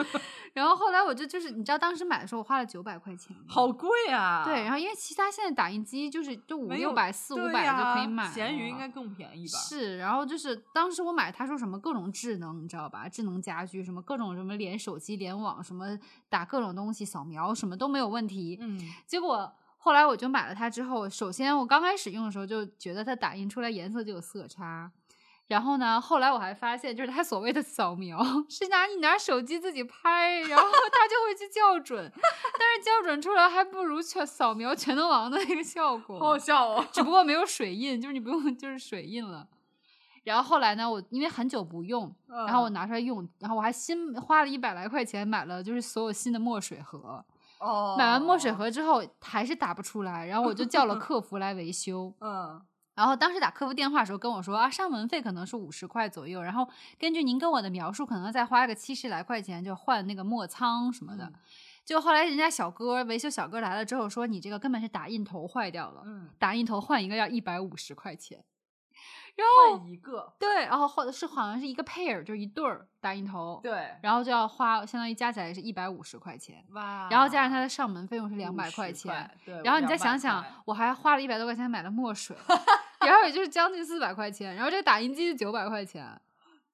Speaker 1: 然后后来我就就是，你知道当时买的时候我花了九百块钱，
Speaker 2: 好贵啊！
Speaker 1: 对。然后因为其他现在打印机就是就五
Speaker 2: 没
Speaker 1: 六
Speaker 2: 有
Speaker 1: 百、四五
Speaker 2: 对
Speaker 1: 百就
Speaker 2: 呀
Speaker 1: 可以买了，
Speaker 2: 咸鱼应该更便宜吧？
Speaker 1: 是，然后就是当时我买，他说什么各种智能，你知道吧？智能家居什么各种什么连手机、联网，什么打各种东西、扫描，什么都没有问题。
Speaker 2: 嗯，
Speaker 1: 结果后来我就买了它之后，首先我刚开始用的时候就觉得它打印出来颜色就有色差。然后呢？后来我还发现，就是它所谓的扫描是拿你拿手机自己拍，然后它就会去校准， 但是校准出来还不如全扫描全能王的那个效果。
Speaker 2: 好好笑哦。
Speaker 1: 只不过没有水印，就是你不用 就是水印了。然后后来呢，我因为很久不用，然
Speaker 2: 嗯
Speaker 1: 后我拿出来用，然后我还新花了一百来块钱买了就是所有新的墨水盒。
Speaker 2: 哦，。
Speaker 1: 买完墨水，盒之后还是打不出来，然后我就叫了客服来维修
Speaker 2: 嗯，
Speaker 1: 然后当时打客服电话的时候跟我说啊，上门费可能是五十块左右，然后根据您跟我的描述，可能再花个七十来块钱就换那个墨仓什么的。就后来人家小哥维修小哥来了之后说，你这个根本是打印头坏掉了。
Speaker 2: 嗯，
Speaker 1: 打印头换一个要一百五十块钱。哦
Speaker 2: 换一个，
Speaker 1: 对，然后或者是好像是一个 pair，就是一对儿打印头，
Speaker 2: 对，
Speaker 1: 然后就要花，相当于加起来是一百五十块钱，
Speaker 2: 哇
Speaker 1: 然后加上它的上门费用是两百啊块钱，，
Speaker 2: 对，
Speaker 1: 然后你再
Speaker 2: 200
Speaker 1: 想想
Speaker 2: 块，
Speaker 1: 我还花了一百多块钱买了墨 水，然后也就是将近四百块钱，然后这个打印机是九百块钱，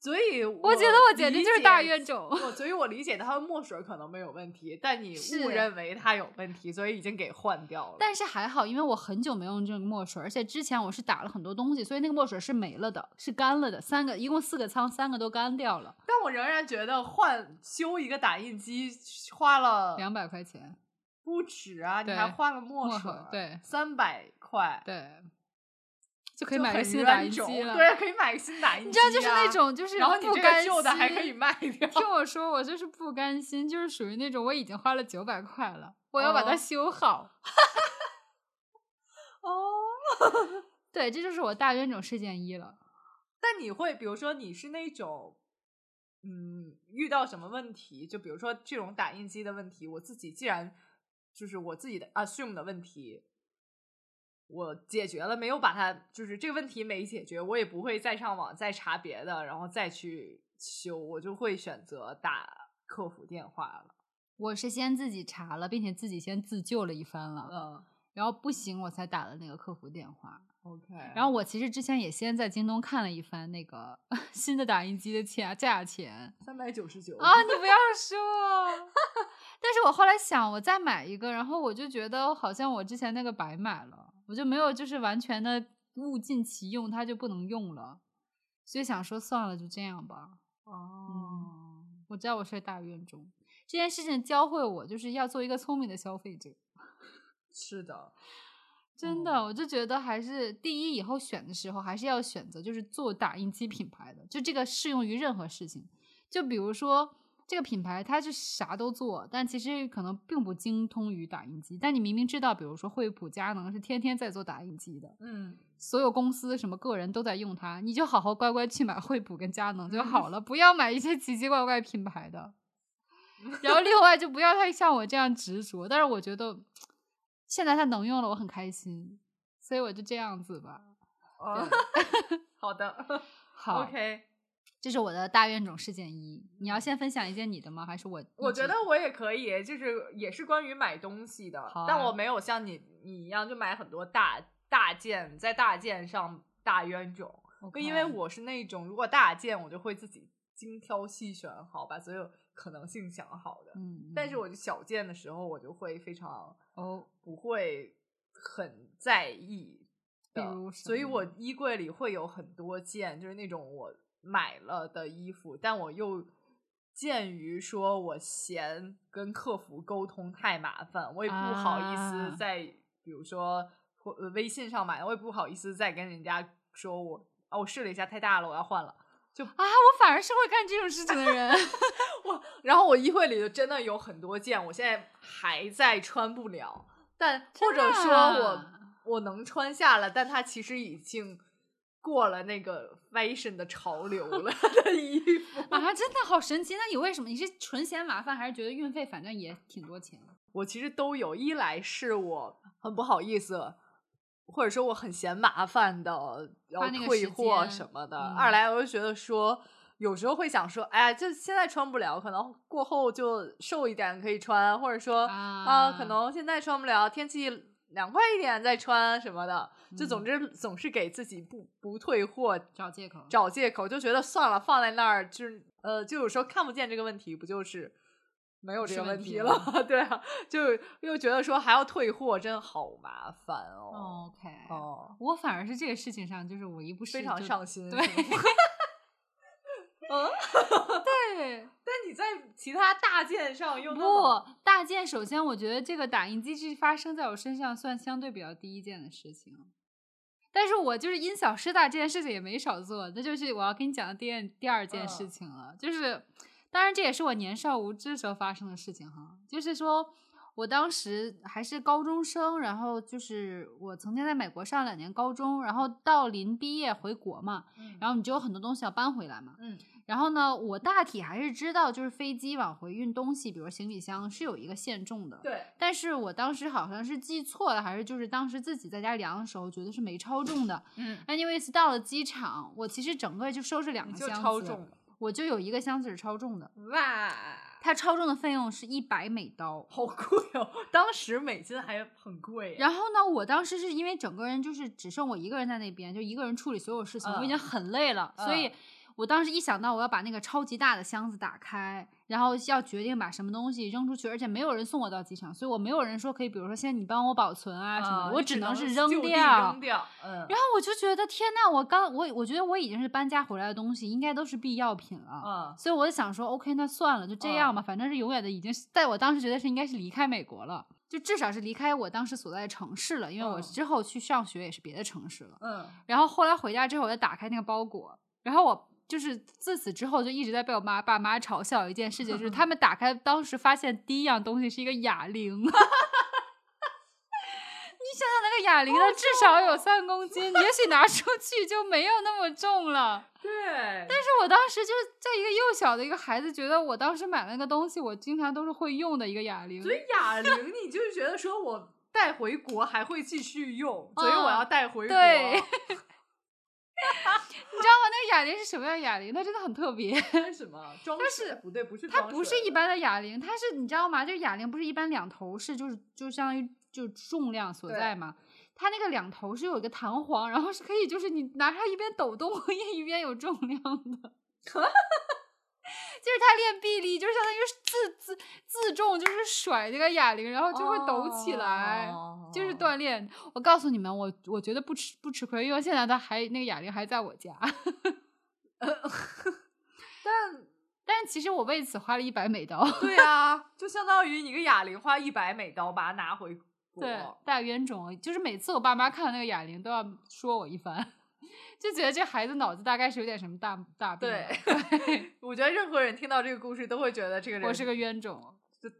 Speaker 2: 所以
Speaker 1: 我觉得我简直
Speaker 2: 理
Speaker 1: 就是大
Speaker 2: 解
Speaker 1: 冤种。
Speaker 2: 我所以我理解它的墨水可能没有问题，但你
Speaker 1: 是
Speaker 2: 误认为它有问题，所以已经给换掉了。
Speaker 1: 但是还好，因为我很久没用这个墨水，而且之前我是打了很多东西，所以那个墨水是没了的，是干了的。三个一共四个仓，三个都干掉了，
Speaker 2: 但我仍然觉得换修一个打印机花了
Speaker 1: 两百块钱。
Speaker 2: 不止啊，你
Speaker 1: 对
Speaker 2: 还换了墨
Speaker 1: 墨
Speaker 2: 水
Speaker 1: 盒，对
Speaker 2: 三百块，
Speaker 1: 对，就可以
Speaker 2: 就
Speaker 1: 买个
Speaker 2: 很
Speaker 1: 新的打
Speaker 2: 冤
Speaker 1: 印机
Speaker 2: 种
Speaker 1: 了。
Speaker 2: 对，可以买个新打印机、啊，
Speaker 1: 你知道，就是那，种就是
Speaker 2: 然后你
Speaker 1: 不
Speaker 2: 这
Speaker 1: 甘
Speaker 2: 个
Speaker 1: 心
Speaker 2: 旧的还可以。卖掉，
Speaker 1: 听我说，我就是不甘心，就是属于那种我已经花了九百块了，我要把它
Speaker 2: 哦
Speaker 1: 修好。
Speaker 2: 哦。
Speaker 1: 对，这就是我大冤种事件一了。
Speaker 2: 但你会，比如说你是那种，嗯，遇到什么问题，就比如说这种打印机的问题，我自己既然就是我自己的 assume 的问题，我解决了，没有把它就是这个问题没解决，我也不会再上网再查别的，然后再去修，我就会选择打客服电话了。
Speaker 1: 我是先自己查了，并且自己先自救了一番了，
Speaker 2: 嗯
Speaker 1: 然后不行我才打了那个客服电话。
Speaker 2: ，OK，
Speaker 1: 然后我其实之前也先在京东看了一番那个 新的打印机的价价钱，
Speaker 2: 三百九十九
Speaker 1: 啊，你不要说。 但是我后来想，我再买一个，然后我就觉得好像我之前那个白买了，我就没有就是完全的物尽其用，它就不能用了，所以想说算了，就这样吧。嗯
Speaker 2: 哦，
Speaker 1: 我知道我是大冤种，这件事情教会我就是要做一个聪明的消费者。
Speaker 2: 是的，
Speaker 1: 真的，
Speaker 2: 哦
Speaker 1: 我就觉得还是第一，以后选的时候还是要选择就是做打印机品牌的，就这个适用于任何事情。就比如说这个品牌，它是啥都做，但其实可能并不精通于打印机。但你明明知道，比如说惠普、佳能是天天在做打印机的，
Speaker 2: 嗯，
Speaker 1: 所有公司什么个人都在用它，你就好好乖乖去买惠普跟佳 能就好了，不要买一些奇奇怪怪品牌的。然后另外就不要太像我这样执着，但是我觉得现在它能用了，我很开心，所以我就这样子吧。
Speaker 2: 哦， 好的
Speaker 1: 好
Speaker 2: ，OK。
Speaker 1: 这是我的大怨种事件一。你要先分享一件你的吗？还是我一直？
Speaker 2: 我觉得我也可以，就是也是关于买东西的，
Speaker 1: 好
Speaker 2: 但
Speaker 1: 啊
Speaker 2: 我没有像你你一样就买很多大大件，在大件上大冤种，
Speaker 1: OK
Speaker 2: 因为我是那种如果大件我就会自己精挑细选好，把所有可能性想好的，
Speaker 1: 嗯，嗯
Speaker 2: 但是我就小件的时候我就会非常
Speaker 1: 哦，
Speaker 2: 不会很在意
Speaker 1: 比
Speaker 2: 的
Speaker 1: 如，什
Speaker 2: 所以
Speaker 1: 么
Speaker 2: 我
Speaker 1: 呢
Speaker 2: 衣柜里会有很多件，就是那种我买了的衣服，但我又鉴于说我嫌跟客服沟通太麻烦，我也不好意
Speaker 1: 啊
Speaker 2: 思在、比如说或呃微信上买，我也不好意思再跟人家说我哦，我试了一下太大了，我要换了。
Speaker 1: 啊，我反而是会干这种事情的人。
Speaker 2: 我，然后我衣柜里就真的有很多件，我现在还在穿不了，但或者说我
Speaker 1: 啊
Speaker 2: 我能穿下了，但它其实已经过了那个 fashion 的潮流了的衣服。
Speaker 1: 啊，真的好神奇！那你为什么？你是纯嫌麻烦，还是觉得运费反正也挺多钱？
Speaker 2: 我其实都有，一来是我很不好意思或者说我很嫌麻烦的，要
Speaker 1: 花那个
Speaker 2: 退
Speaker 1: 时
Speaker 2: 货
Speaker 1: 间
Speaker 2: 什么的。
Speaker 1: 嗯
Speaker 2: 二来我就觉得说，有时候会想说，哎，这现在穿不了，可能过后就瘦一点可以穿，或者说啊
Speaker 1: 啊
Speaker 2: 可能现在穿不了，天气凉快一点再穿什么的。就总
Speaker 1: 嗯
Speaker 2: 之总是给自己不不退货
Speaker 1: 找借口。
Speaker 2: 找借口，就觉得算了，放在那儿就是呃，就有时候看不见这个问题，不就是没有这
Speaker 1: 是
Speaker 2: 个
Speaker 1: 问
Speaker 2: 问
Speaker 1: 题
Speaker 2: 题
Speaker 1: 了
Speaker 2: 了？ 对啊，就又觉得说还要退货，真好麻烦哦。
Speaker 1: OK，、
Speaker 2: 哦，
Speaker 1: 我反而是这个事情上，就是我一不适
Speaker 2: 非常
Speaker 1: 就
Speaker 2: 上心。
Speaker 1: 对
Speaker 2: 是吗嗯，
Speaker 1: 对。
Speaker 2: 但你在其他大件上又那么
Speaker 1: 不，大件首先，我觉得这个打印机是发生在我身上算相对比较第一件的事情，但是我就是因小失大这件事情也没少做，这就是我要跟你讲的第二第二件事
Speaker 2: 嗯
Speaker 1: 情了，就是，当然这也是我年少无知时候发生的事情哈，就是说。我当时还是高中生，然后就是我曾经在美国上两年高中，然后到临毕业回国嘛，
Speaker 2: 嗯
Speaker 1: 然后你就有很多东西要搬回来嘛，
Speaker 2: 嗯
Speaker 1: 然后呢，我大体还是知道，就是飞机往回运东西，比如行李箱是有一个限重的。
Speaker 2: 对
Speaker 1: 但是我当时好像是记错了，还是就是当时自己在家量的时候，觉得是没超重的。
Speaker 2: 嗯，
Speaker 1: Anyways，到了机场，我其实整个就收拾两
Speaker 2: 你
Speaker 1: 个
Speaker 2: 就
Speaker 1: 箱子，
Speaker 2: 超重了
Speaker 1: 我就有一个箱子是超重的，
Speaker 2: 哇。
Speaker 1: 它超重的费用是一百美刀。
Speaker 2: 好贵哦！当时美金还很贵，
Speaker 1: 然后呢，我当时是因为整个人就是只剩我一个人在那边，就一个人处理所有事情，我已
Speaker 2: 嗯
Speaker 1: 经很累了，所以
Speaker 2: 嗯
Speaker 1: 我当时一想到我要把那个超级大的箱子打开，然后要决定把什么东西扔出去，而且没有人送我到机场，所以我没有人说可以，比如说现在你帮我保存啊什么的，
Speaker 2: 嗯
Speaker 1: 我
Speaker 2: 你
Speaker 1: 只能是
Speaker 2: 就
Speaker 1: 扔
Speaker 2: 地
Speaker 1: 掉。
Speaker 2: 扔掉。嗯
Speaker 1: 然后我就觉得天呐，我刚我我觉得我已经是搬家回来的东西，应该都是必要品了。
Speaker 2: 嗯，
Speaker 1: 所以我就想说，OK，那算了，就这样吧，反正是永远的，已经是在我当时觉得是应该是离开美国了，就至少是离开我当时所在的城市了，因为我
Speaker 2: 嗯
Speaker 1: 之后去上学也是别的城市了。
Speaker 2: 嗯，
Speaker 1: 然后后来回家之后，我就打开那个包裹，然后我就是自此之后就一直在被我妈爸妈嘲笑一件事情，就是他们打开当时发现第一样东西是一个哑铃。 你想想那个哑铃，它至少有三公斤，也许拿出去就没有那么重了。
Speaker 2: 对，
Speaker 1: 但是我当时就是在一个幼小的一个孩子，觉得我当时买了个东西，我经常都是会用的一个哑铃。
Speaker 2: 所以哑铃，你就觉得说我带回国还会继续用，所以我要带回国。
Speaker 1: 嗯对 你知道吗？那个哑铃是什么样的哑铃？它真的很特别，
Speaker 2: 为什么？装
Speaker 1: 但
Speaker 2: 饰
Speaker 1: 是
Speaker 2: 不对，不是
Speaker 1: 它
Speaker 2: 装
Speaker 1: 不是
Speaker 2: 饰
Speaker 1: 一般的哑铃，它是你知道吗？这个哑铃不是一般两头是就是就相当于就重量所
Speaker 2: 对
Speaker 1: 在嘛。它那个两头是有一个弹簧，然后是可以就是你拿它一边抖动，一边有重量 的。就是他练臂力，就是相当于自自自重，就是甩这个哑铃，然后就会抖起来。
Speaker 2: 哦
Speaker 1: 就是锻炼。我告诉你们，我我觉得不吃不吃亏，因为现在它还那个哑铃还在我家。
Speaker 2: 但
Speaker 1: 但是其实我为此花了一百美刀，
Speaker 2: 对啊，就相当于你个哑铃花一百美刀把它拿回国。
Speaker 1: 对，大冤种。就是每次我爸妈看到那个哑铃都要说我一番， 就觉得这孩子脑子大概是有点什么大大病了。
Speaker 2: 我觉得任何人听到这个故事都会觉得这个人
Speaker 1: 我是个冤种。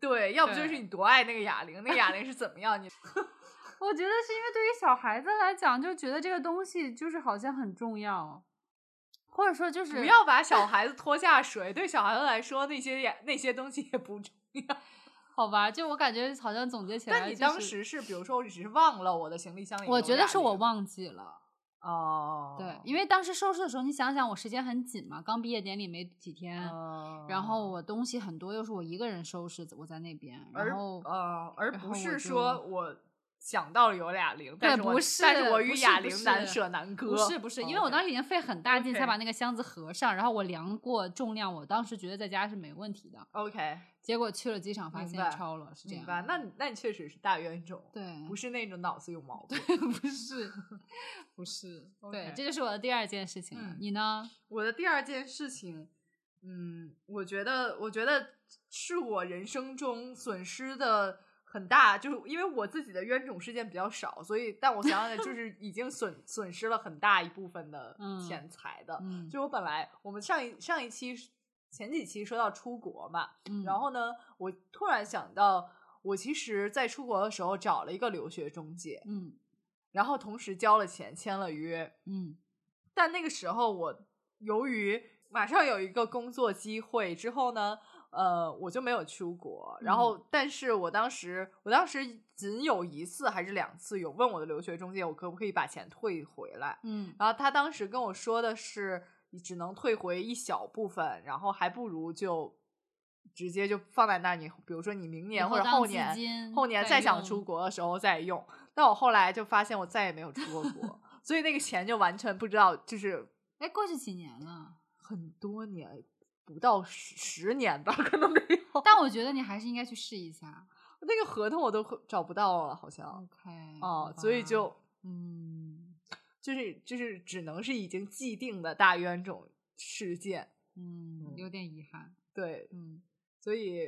Speaker 2: 对，要不就是
Speaker 1: 对
Speaker 2: 你多爱那个哑铃，那个哑铃是怎么样？你
Speaker 1: 我觉得是因为对于小孩子来讲，就觉得这个东西就是好像很重要，或者说就是
Speaker 2: 不要把小孩子拖下水。对小孩子来说，那些也那些东西也不重要。
Speaker 1: 好吧？就我感觉好像总结起来、
Speaker 2: 但你当。时是，比如说，我只是忘了我的行李箱里。
Speaker 1: 啊我觉得是我。忘记了，
Speaker 2: 哦，
Speaker 1: 对，因为当时收拾的时候，你想想我时间很紧嘛，刚毕业典礼没几天，
Speaker 2: 哦
Speaker 1: 然后我东西很多，又是我一个人收拾，我在那边，
Speaker 2: 而
Speaker 1: 然后
Speaker 2: 呃，而
Speaker 1: 然
Speaker 2: 不
Speaker 1: 后
Speaker 2: 是
Speaker 1: 我
Speaker 2: 说
Speaker 1: 就
Speaker 2: 我想到有哑铃，但
Speaker 1: 对
Speaker 2: 是我
Speaker 1: 不
Speaker 2: 但是
Speaker 1: 是
Speaker 2: 我
Speaker 1: 不
Speaker 2: 与
Speaker 1: 是
Speaker 2: 哑
Speaker 1: 不
Speaker 2: 铃难
Speaker 1: 是
Speaker 2: 舍难割。
Speaker 1: 不是不是，因为我当
Speaker 2: 时
Speaker 1: 时已经费很大劲才
Speaker 2: 哦 OK
Speaker 1: 把那个箱子合上，然后我量过重量，我当时觉得在家是没问题的，
Speaker 2: OK
Speaker 1: 结果去了机场发
Speaker 2: 明
Speaker 1: 现
Speaker 2: 白
Speaker 1: 超了，是这
Speaker 2: 明
Speaker 1: 样
Speaker 2: 白，
Speaker 1: 的。
Speaker 2: 那你那你确实是大冤种，
Speaker 1: 对，
Speaker 2: 不是那种脑子有毛病。
Speaker 1: 不 是不是，对
Speaker 2: OK，
Speaker 1: 这就是我的第二件事情了。
Speaker 2: 嗯
Speaker 1: 你呢？
Speaker 2: 我的第二件事情，嗯，我觉得，我觉得是我人生中损失的很大，就是因为我自己的冤种事件比较少，所以，但我想想，就是已经损损失了很大一部分的
Speaker 1: 嗯
Speaker 2: 钱财的。
Speaker 1: 嗯，
Speaker 2: 就我本来，我们上一上一期前几期说到出国嘛，
Speaker 1: 嗯
Speaker 2: 然后呢，我突然想到，我其实在出国的时候找了一个留学中介，
Speaker 1: 嗯
Speaker 2: 然后同时交了钱，签了约，
Speaker 1: 嗯
Speaker 2: 但那个时候我由于马上有一个工作机会之后呢，呃，我就没有出国。然
Speaker 1: 嗯
Speaker 2: 后，但是我当时，我当时仅有一次还是两次有问我的留学中介，我可不可以把钱退回来？
Speaker 1: 嗯
Speaker 2: 然后他当时跟我说的是，你只能退回一小部分，然后还不如就直接就放在那儿。你比如说你明
Speaker 1: 以
Speaker 2: 年
Speaker 1: 嗯后
Speaker 2: 或者
Speaker 1: 当
Speaker 2: 后
Speaker 1: 资
Speaker 2: 年，
Speaker 1: 金
Speaker 2: 后年再想
Speaker 1: 用
Speaker 2: 出国的时候再用。但我后来就发现我再也没有出过国，所以那个钱就完全不知道，就是
Speaker 1: 哎，过去几年了，
Speaker 2: 很多年，不到十十年吧，可能没有。
Speaker 1: 但我觉得你还是应该去试一下。
Speaker 2: 那个合同我都快找不到了，好像
Speaker 1: OK，好，
Speaker 2: 哦所以
Speaker 1: 吧
Speaker 2: 就
Speaker 1: 嗯
Speaker 2: 就是就是只能是已经既定的大冤种事件，
Speaker 1: 嗯，有点遗憾。
Speaker 2: 对，
Speaker 1: 嗯，
Speaker 2: 所以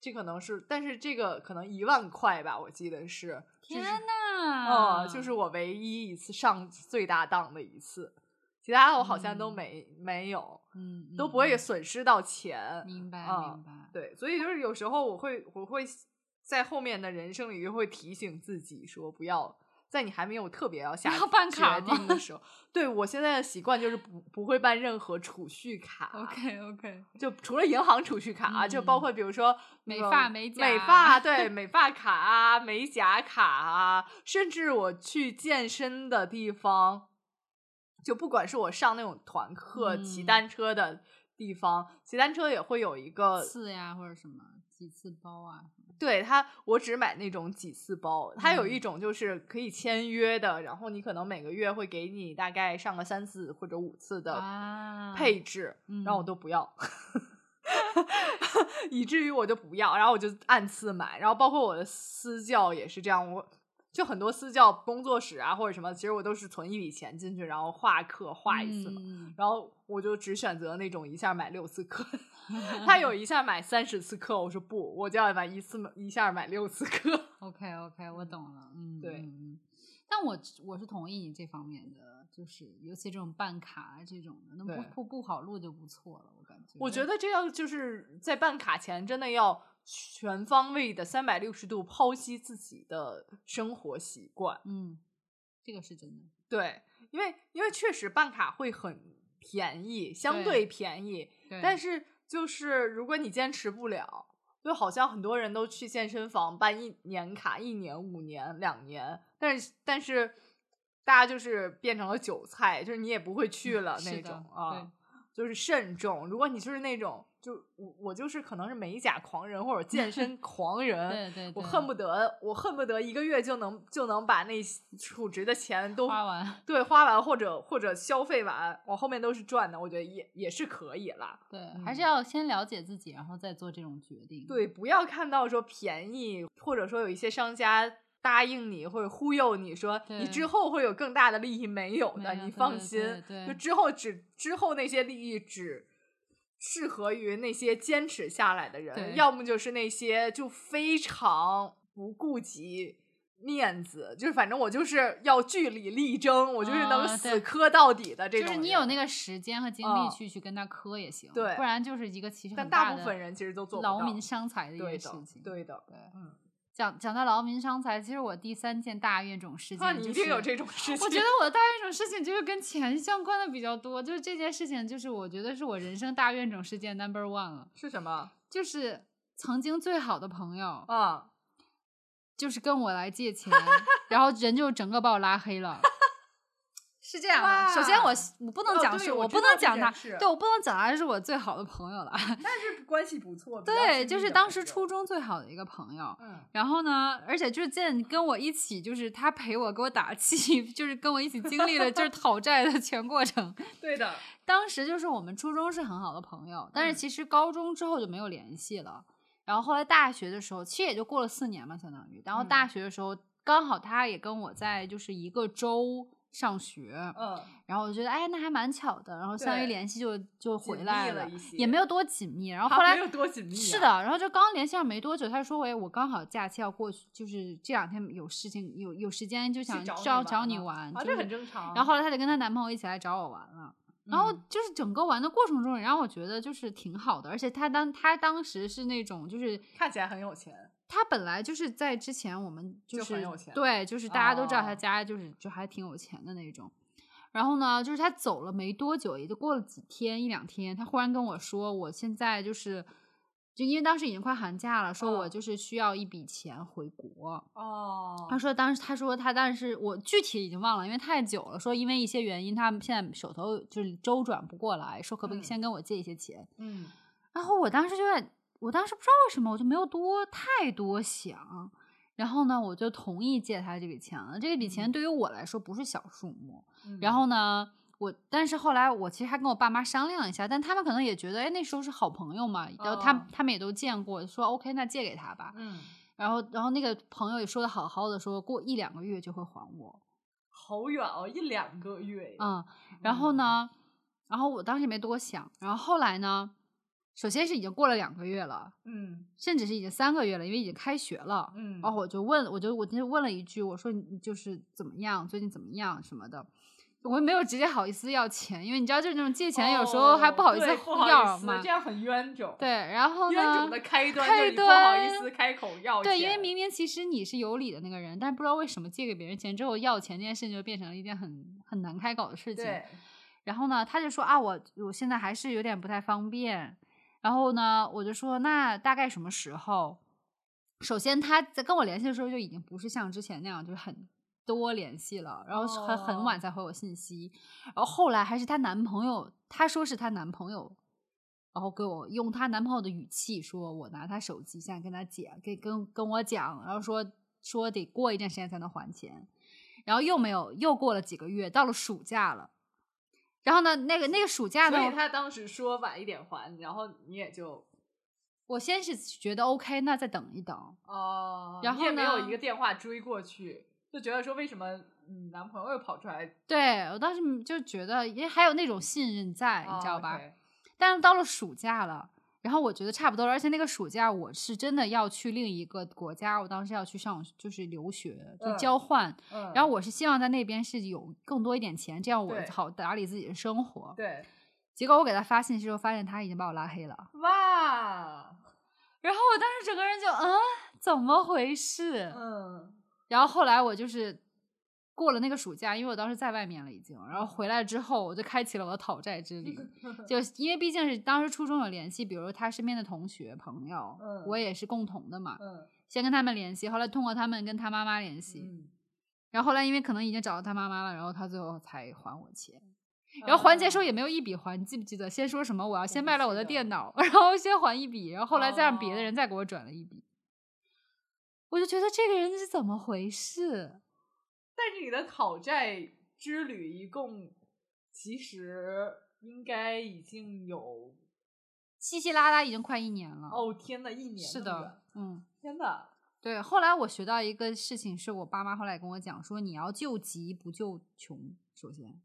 Speaker 2: 这可能是，但是这个可能一万块吧，我记得是，就
Speaker 1: 天
Speaker 2: 是
Speaker 1: 呐，
Speaker 2: 哦，就是我唯一一次上最大当的一次，其他我好像都
Speaker 1: 嗯
Speaker 2: 没、没有，
Speaker 1: 嗯
Speaker 2: 都不会
Speaker 1: 嗯
Speaker 2: 损失到钱，
Speaker 1: 嗯明白
Speaker 2: 啊
Speaker 1: 明白。
Speaker 2: 对，所以就是有时候我会我会在后面的人生里就会提醒自己说，不要在你还没有特别要 下
Speaker 1: 要办卡
Speaker 2: 决
Speaker 1: 吗
Speaker 2: 定的时候，对我现在的习惯就是不不会办任何储蓄卡
Speaker 1: OK OK，
Speaker 2: 就除了银行储蓄卡、啊，就包
Speaker 1: 嗯
Speaker 2: 括比如说那
Speaker 1: 美
Speaker 2: 个
Speaker 1: 发美
Speaker 2: 美
Speaker 1: 甲
Speaker 2: 发对美发卡啊、美甲卡啊，甚至我去健身的地方，就不管是我上那种团课、骑
Speaker 1: 嗯
Speaker 2: 单车的地方，骑单车也会有一个
Speaker 1: 次呀或者什么几次包啊，
Speaker 2: 对它，我只买那种几次包，它有一
Speaker 1: 嗯
Speaker 2: 种就是可以签约的，然后你可能每个月会给你大概上个三次或者五次的
Speaker 1: 啊，
Speaker 2: 配置，
Speaker 1: 嗯，
Speaker 2: 然后我都不要， 以至于我就不要，然后我就按次买，然后包括我的私教也是这样，我就很多私教工作室啊或者什么，其实我都是存一笔钱进去，然后画课画一次嘛，
Speaker 1: 嗯
Speaker 2: 然后我就只选择那种一下买六次 课，他有一下买三十次课，我说不，我就要买一次买一下买六次课。
Speaker 1: OK OK，我懂了，嗯，
Speaker 2: 对
Speaker 1: 嗯嗯但我我是同意你这方面的，就是尤其这种办卡啊这种的，那
Speaker 2: 对
Speaker 1: 不不不好录就不错了，我感觉。
Speaker 2: 我觉得这样就是在办卡前真的要全方位的三百六十度剖析自己的生活习惯，
Speaker 1: 嗯，这个是真的。
Speaker 2: 对，因为因为确实办卡会很便宜，相对
Speaker 1: 对
Speaker 2: 便宜，
Speaker 1: 对，
Speaker 2: 但是就是如果你坚持不了，就好像很多人都去健身房办一年卡，一年、五年、两年，但是但是大家就是变成了韭菜，就是你也不会去了
Speaker 1: 嗯是
Speaker 2: 那
Speaker 1: 的
Speaker 2: 种啊，就是慎重。如果你就是那种，就我我就是可能是美甲狂人或者 健身狂人，
Speaker 1: 对对对，
Speaker 2: 我恨不得我恨不得一个月就能就能把那储值的钱都
Speaker 1: 花完，
Speaker 2: 对花完或者或者消费完，我后面都是赚的，我觉得也也是可以啦。
Speaker 1: 对，还是
Speaker 2: 嗯
Speaker 1: 要先了解自己，然后再做这种决定。
Speaker 2: 对，不要看到说便宜，或者说有一些商家答应你或者忽悠你说你
Speaker 1: 对
Speaker 2: 之后会有更大的利益，没有的，
Speaker 1: 没有对
Speaker 2: 你放
Speaker 1: 对
Speaker 2: 心，
Speaker 1: 对
Speaker 2: 就
Speaker 1: 对
Speaker 2: 之后只之后那些利益只适合于那些坚持下来的
Speaker 1: 对
Speaker 2: 人，要么就是那些就非常不顾及。面子就是，反正我就是要据理力争，我就是能
Speaker 1: 啊
Speaker 2: 死
Speaker 1: 对
Speaker 2: 磕到底的这
Speaker 1: 就
Speaker 2: 种人。
Speaker 1: 是你有那个时间和精力
Speaker 2: 嗯
Speaker 1: 去去跟他磕也行，
Speaker 2: 对
Speaker 1: 不然就是一个其实
Speaker 2: 但
Speaker 1: 很
Speaker 2: 大
Speaker 1: 的
Speaker 2: 部分人其实都做不
Speaker 1: 劳
Speaker 2: 到
Speaker 1: 民伤财的一
Speaker 2: 对
Speaker 1: 件
Speaker 2: 的
Speaker 1: 事情。，
Speaker 2: 对的。
Speaker 1: 对
Speaker 2: 嗯，
Speaker 1: 讲讲到劳民伤财，其实我第三件大怨种事情、
Speaker 2: 那
Speaker 1: 就是，
Speaker 2: 你一定有这种事情。
Speaker 1: 我觉得我的大怨种事情就是跟钱相关的比较多，就是这件事情，就是我觉得是我人生大怨种事件 number one 了，
Speaker 2: 是什么
Speaker 1: 就是曾经最好的朋友，
Speaker 2: 啊？
Speaker 1: 就是跟我来借钱，然后人就整个把我拉黑了。 是这样的，首先我
Speaker 2: 哇
Speaker 1: 我不能
Speaker 2: 哦
Speaker 1: 讲
Speaker 2: 对
Speaker 1: 是，
Speaker 2: 我
Speaker 1: 我
Speaker 2: 知
Speaker 1: 不
Speaker 2: 道
Speaker 1: 能
Speaker 2: 这
Speaker 1: 讲
Speaker 2: 件
Speaker 1: 他，
Speaker 2: 事
Speaker 1: 对我不能讲他是我最好的朋友了。
Speaker 2: 但 是关系不错。比较亲
Speaker 1: 对，
Speaker 2: 密
Speaker 1: 就是
Speaker 2: 的
Speaker 1: 当
Speaker 2: 朋
Speaker 1: 时
Speaker 2: 友
Speaker 1: 初中最好的一个朋友，
Speaker 2: 嗯
Speaker 1: 然后呢，而且就是见跟我一起，就是他陪我给我打气， 就是跟我一起经历了就是讨债的全过程。
Speaker 2: 对的，
Speaker 1: 当时就是我们初中是很好的朋友，但是
Speaker 2: 嗯
Speaker 1: 其实高中之后就没有联系了。然后后来大学的时候，其实也就过了四年嘛，相当于。然后
Speaker 2: 嗯
Speaker 1: 大学的时候，刚好他也跟我在就是一个州上学，
Speaker 2: 嗯，
Speaker 1: 然后我觉得哎，那还蛮巧的。然后相当
Speaker 2: 对
Speaker 1: 于联系就就
Speaker 2: 紧
Speaker 1: 回
Speaker 2: 密
Speaker 1: 来
Speaker 2: 了
Speaker 1: 了
Speaker 2: 一些，
Speaker 1: 也没有多紧密。然后
Speaker 2: 啊
Speaker 1: 后来
Speaker 2: 没有多紧密、啊
Speaker 1: 是的，，然后就刚联系上没多久，他就说：“喂，我刚好假期要过去，就是这两天有事情，有有时间就
Speaker 2: 去
Speaker 1: 想找
Speaker 2: 找你
Speaker 1: 找
Speaker 2: 玩
Speaker 1: 你
Speaker 2: 了
Speaker 1: 玩。
Speaker 2: 啊，
Speaker 1: 就
Speaker 2: 这
Speaker 1: 是
Speaker 2: 很正常。
Speaker 1: 然后后来她就跟她男朋友一起来找我玩了。然后
Speaker 2: 嗯
Speaker 1: 就是整个玩的过程中，也让我觉得就是挺好的，而且她当她当时是那种就是
Speaker 2: 看起来很有钱，
Speaker 1: 她本来就是在之前我们
Speaker 2: 就
Speaker 1: 就是
Speaker 2: 很有钱
Speaker 1: 对，就是大家都知道
Speaker 2: 哦
Speaker 1: 她家就是就还挺有钱的那种。然后呢，就是他走了没多久，也就过了几天一两天，他忽然跟我说，我现在就是，就因为当时已经快寒假了，说
Speaker 2: 嗯
Speaker 1: 我就是需要一笔钱回国。
Speaker 2: 哦
Speaker 1: 他说当时他说他但是我具体已经忘了，因为太久了。说因为一些原因，他们现在手头就是周转不过来，说可不可以
Speaker 2: 嗯
Speaker 1: 先跟我借一些钱？
Speaker 2: 嗯
Speaker 1: 然后我当时就在，我当时不知道为什么，我就没有多太多想。然后呢，我就同意借他这笔钱了。这笔钱
Speaker 2: 嗯
Speaker 1: 对于我来说不是小数目。
Speaker 2: 嗯
Speaker 1: 然后呢，我但是后来我其实还跟我爸妈商量一下，但他们可能也觉得，哎，那时候是好朋友嘛，然后他、
Speaker 2: 哦
Speaker 1: 他们也都见过，说 OK，那借给他吧。
Speaker 2: 嗯，
Speaker 1: 然后，然后那个朋友也说的好好的说，过一两个月就会还我。
Speaker 2: 好远哦，一两个月呀，
Speaker 1: 嗯，然后呢，然后我当时也没多想。然后后来呢，首先是已经过了两个月了，
Speaker 2: 嗯
Speaker 1: 甚至是已经三个月了，因为已经开学了。
Speaker 2: 嗯
Speaker 1: 然后哦我就问，我就我就问了一句，我说你就是怎么样，最近怎么样什么的。我也没有直接好意思要钱，因为你知道，就是那种借钱有时候还不好意思
Speaker 2: 哦对不好
Speaker 1: 要
Speaker 2: 意思
Speaker 1: 嘛。
Speaker 2: 这样很冤种。
Speaker 1: 对，然后呢？
Speaker 2: 冤种的开端
Speaker 1: 开
Speaker 2: 就是你不好意
Speaker 1: 端
Speaker 2: 思开口要
Speaker 1: 对，因为
Speaker 2: 钱
Speaker 1: 明明其实你是有理的那个人，但不知道为什么借给别人钱之后要钱这件事情就变成了一件很很难开口的事情。
Speaker 2: 对，
Speaker 1: 然后呢，他就说啊，我我现在还是有点不太方便。然后呢，我就说那大概什么时候？首先他在跟我联系的时候就已经不是像之前那样就是很多联系了，然后是很很晚才回我信息。然后后来还是她男朋友，她说是她男朋友。然后给我用她男朋友的语气说，我拿她手机现在跟她姐跟跟跟我讲，然后说说得过一段时间才能还钱，然后又没有，又过了几个月，到了暑假了，然后呢，那个那个暑假呢，
Speaker 2: 所
Speaker 1: 我
Speaker 2: 以他当时说晚一点还，然后你也就
Speaker 1: 我先是觉得 OK，那再等一等，
Speaker 2: 哦，
Speaker 1: 然
Speaker 2: 你
Speaker 1: 后
Speaker 2: 也没有
Speaker 1: 呢
Speaker 2: 一个电话追过去，就觉得说为什么你男朋友又跑出来，
Speaker 1: 对我当时嗯就觉得，因为还有那种信任在，你知道
Speaker 2: 哦
Speaker 1: 吧？
Speaker 2: ？OK
Speaker 1: 但是到了暑假了，然后我觉得差不多了，而且那个暑假我是真的要去另一个国家，我当时要去上就是留学，就
Speaker 2: 嗯
Speaker 1: 交换，
Speaker 2: 嗯，
Speaker 1: 然后我是希望在那边是有更多一点钱，这样我
Speaker 2: 对
Speaker 1: 好打理自己的生活。
Speaker 2: 对，
Speaker 1: 结果我给他发信息之后，发现他已经把我拉黑了，
Speaker 2: 哇，
Speaker 1: 然后我当时整个人就嗯，怎么回事？
Speaker 2: 嗯
Speaker 1: 然后后来我就是过了那个暑假，因为我当时在外面了已经，然后回来之后我就开启了我的讨债之 旅，就因为毕竟是当时初中有联系，比如他身边的同学朋友，
Speaker 2: 嗯
Speaker 1: 我也是共同的嘛，
Speaker 2: 嗯
Speaker 1: 先跟他们联系，后来通过他们跟他妈妈联系，
Speaker 2: 嗯，
Speaker 1: 然后后来因为可能已经找到他妈妈了，然后他最后才还我钱。然后还钱时候
Speaker 2: 也
Speaker 1: 也没有一笔还，你记不记得？先说什哦么我要先
Speaker 2: 不
Speaker 1: 卖了
Speaker 2: 记
Speaker 1: 我的
Speaker 2: 得
Speaker 1: 电脑， 然后先还一笔，然后后来再让别的
Speaker 2: 哦
Speaker 1: 人再给我转了一笔。我就觉得这个人是怎么回事？
Speaker 2: 但是你的讨债之旅一共其实应该已经有
Speaker 1: 稀稀拉拉已经快一年了。，
Speaker 2: 哦天呐，一年
Speaker 1: 是
Speaker 2: 那么
Speaker 1: 的
Speaker 2: 远，
Speaker 1: 嗯，
Speaker 2: 天呐，
Speaker 1: 对。后来我学到一个事情，是我爸妈后来跟我讲说，你要救急不救穷。首先，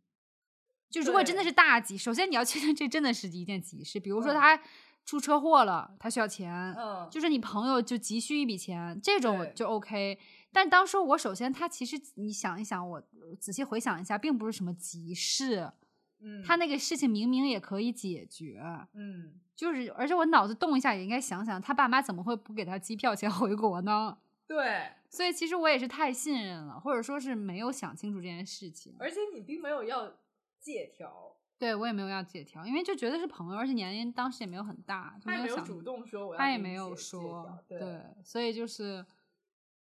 Speaker 1: 就如果真的
Speaker 2: 对
Speaker 1: 是大急，首先你要确定这真的是一件急事，比如说
Speaker 2: 嗯
Speaker 1: 他出车祸了，他需要钱，
Speaker 2: 嗯，
Speaker 1: 就是你朋友就急需一笔钱，这种我
Speaker 2: 对
Speaker 1: 就 OK。但当时我首先他其实你想一想，我我仔细回想一下，并不是什么急事，
Speaker 2: 嗯
Speaker 1: 他那个事情明明也可以解决。
Speaker 2: 嗯，
Speaker 1: 就是，而且我脑子动一下，也应该想想他爸妈怎么会不给他机票钱回国呢？
Speaker 2: 对，
Speaker 1: 所以其实我也是太信任了，或者说是没有想清楚这件事情。
Speaker 2: 而且你并没有要借条，
Speaker 1: 对我也没有要借条，因为就觉得是朋友，而且年龄当时也没有很大，就
Speaker 2: 他
Speaker 1: 没
Speaker 2: 也没
Speaker 1: 有
Speaker 2: 有
Speaker 1: 想
Speaker 2: 主动说我要
Speaker 1: 他
Speaker 2: 跟
Speaker 1: 也
Speaker 2: 你
Speaker 1: 没有
Speaker 2: 借借
Speaker 1: 说
Speaker 2: 条，对，
Speaker 1: 所以就是，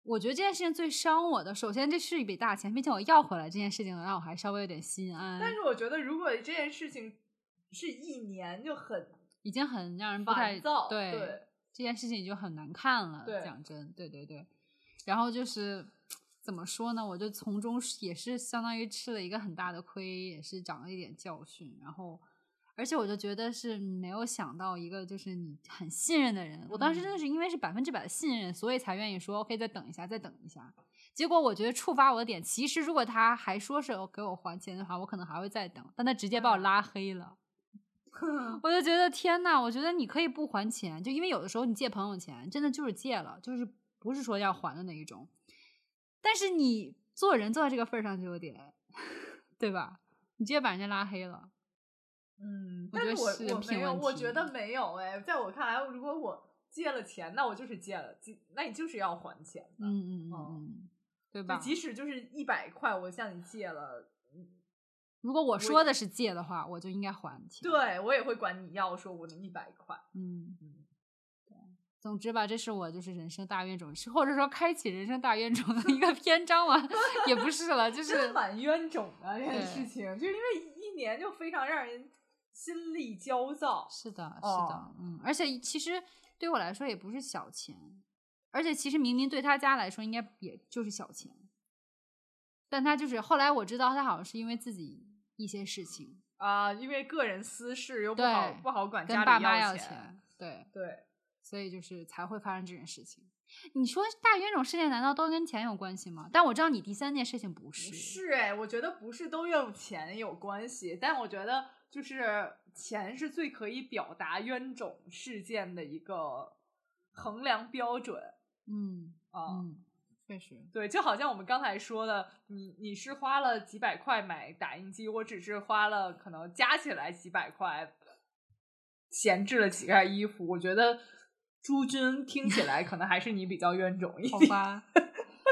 Speaker 1: 我觉得这件事情最伤我的，首先这是一笔大钱，并且我要回来这件事情让我还稍微有点心安，
Speaker 2: 但是我觉得如果这件事情是一年就很
Speaker 1: 已经很让人不太
Speaker 2: 烦躁，
Speaker 1: 对
Speaker 2: 对
Speaker 1: 这件事情就很难看了。
Speaker 2: 对
Speaker 1: 讲真，对对对，然后就是。怎么说呢？我就从中也是相当于吃了一个很大的亏，也是长了一点教训。然后，而且我就觉得是没有想到一个就是你很信任的人，我当时真的是因为是百分之百的信任，所以才愿意说 OK，再等一下，再等一下。结果我觉得触发我的点，其实如果他还说是哦给我还钱的话，我可能还会再等，但他直接把我拉黑了。我就觉得天呐，我觉得你可以不还钱，就因为有的时候你借朋友钱，真的就是借了，就是不是说要还的那一种。但是你做人做到这个份儿上就有点， 对吧？你直接把人家拉黑了，
Speaker 2: 嗯，
Speaker 1: 我
Speaker 2: 但
Speaker 1: 觉
Speaker 2: 是
Speaker 1: 得是
Speaker 2: 我
Speaker 1: 人
Speaker 2: 我
Speaker 1: 品
Speaker 2: 没有，
Speaker 1: 问
Speaker 2: 我
Speaker 1: 题
Speaker 2: 觉得没有哎，在我看来，如果我借了钱，那我就是借了，即那你就是要还钱的，
Speaker 1: 嗯嗯嗯
Speaker 2: 哦
Speaker 1: 嗯，对吧
Speaker 2: 就？即使就是一百块，我向你借了，嗯
Speaker 1: 如果我说的是借的话，我就应该还钱。
Speaker 2: 对我也会管你要，我说我那一百块，
Speaker 1: 嗯，对。总之吧，这是我就是人生大冤种，是或者说开启人生大冤种的一个 篇章嘛，也不是了，就
Speaker 2: 真
Speaker 1: 是
Speaker 2: 蛮冤种的这件
Speaker 1: 对
Speaker 2: 事情，就是因为一年就非常让人心力焦躁。
Speaker 1: 是的，是的，
Speaker 2: 哦
Speaker 1: 嗯，而且其实对我来说也不是小钱，而且其实明明对他家来说应该也就是小钱，但他就是后来我知道他好像是因为自己一些事情
Speaker 2: 啊、因为个人私事又不
Speaker 1: 对
Speaker 2: 好不好管
Speaker 1: 跟
Speaker 2: 家
Speaker 1: 爸
Speaker 2: 里
Speaker 1: 妈
Speaker 2: 要
Speaker 1: 钱，对，
Speaker 2: 对，
Speaker 1: 所以就是才会发生这件事情。你说大冤种事件难道都跟钱有关系吗？但我知道你第三件事情不是，
Speaker 2: 不是哎，我觉得不是都用钱有关系，但我觉得就是钱是最可以表达冤种事件的一个衡量标准
Speaker 1: 嗯
Speaker 2: 啊。
Speaker 1: 嗯，确 实，
Speaker 2: 对，就好像我们刚才说的，你你是花了几百块买打印机，我只是花了可能加起来几百块，闲置了几件衣服。我觉得朱军听起来可能还是你比较冤种一
Speaker 1: 好
Speaker 2: 点。
Speaker 1: 吧，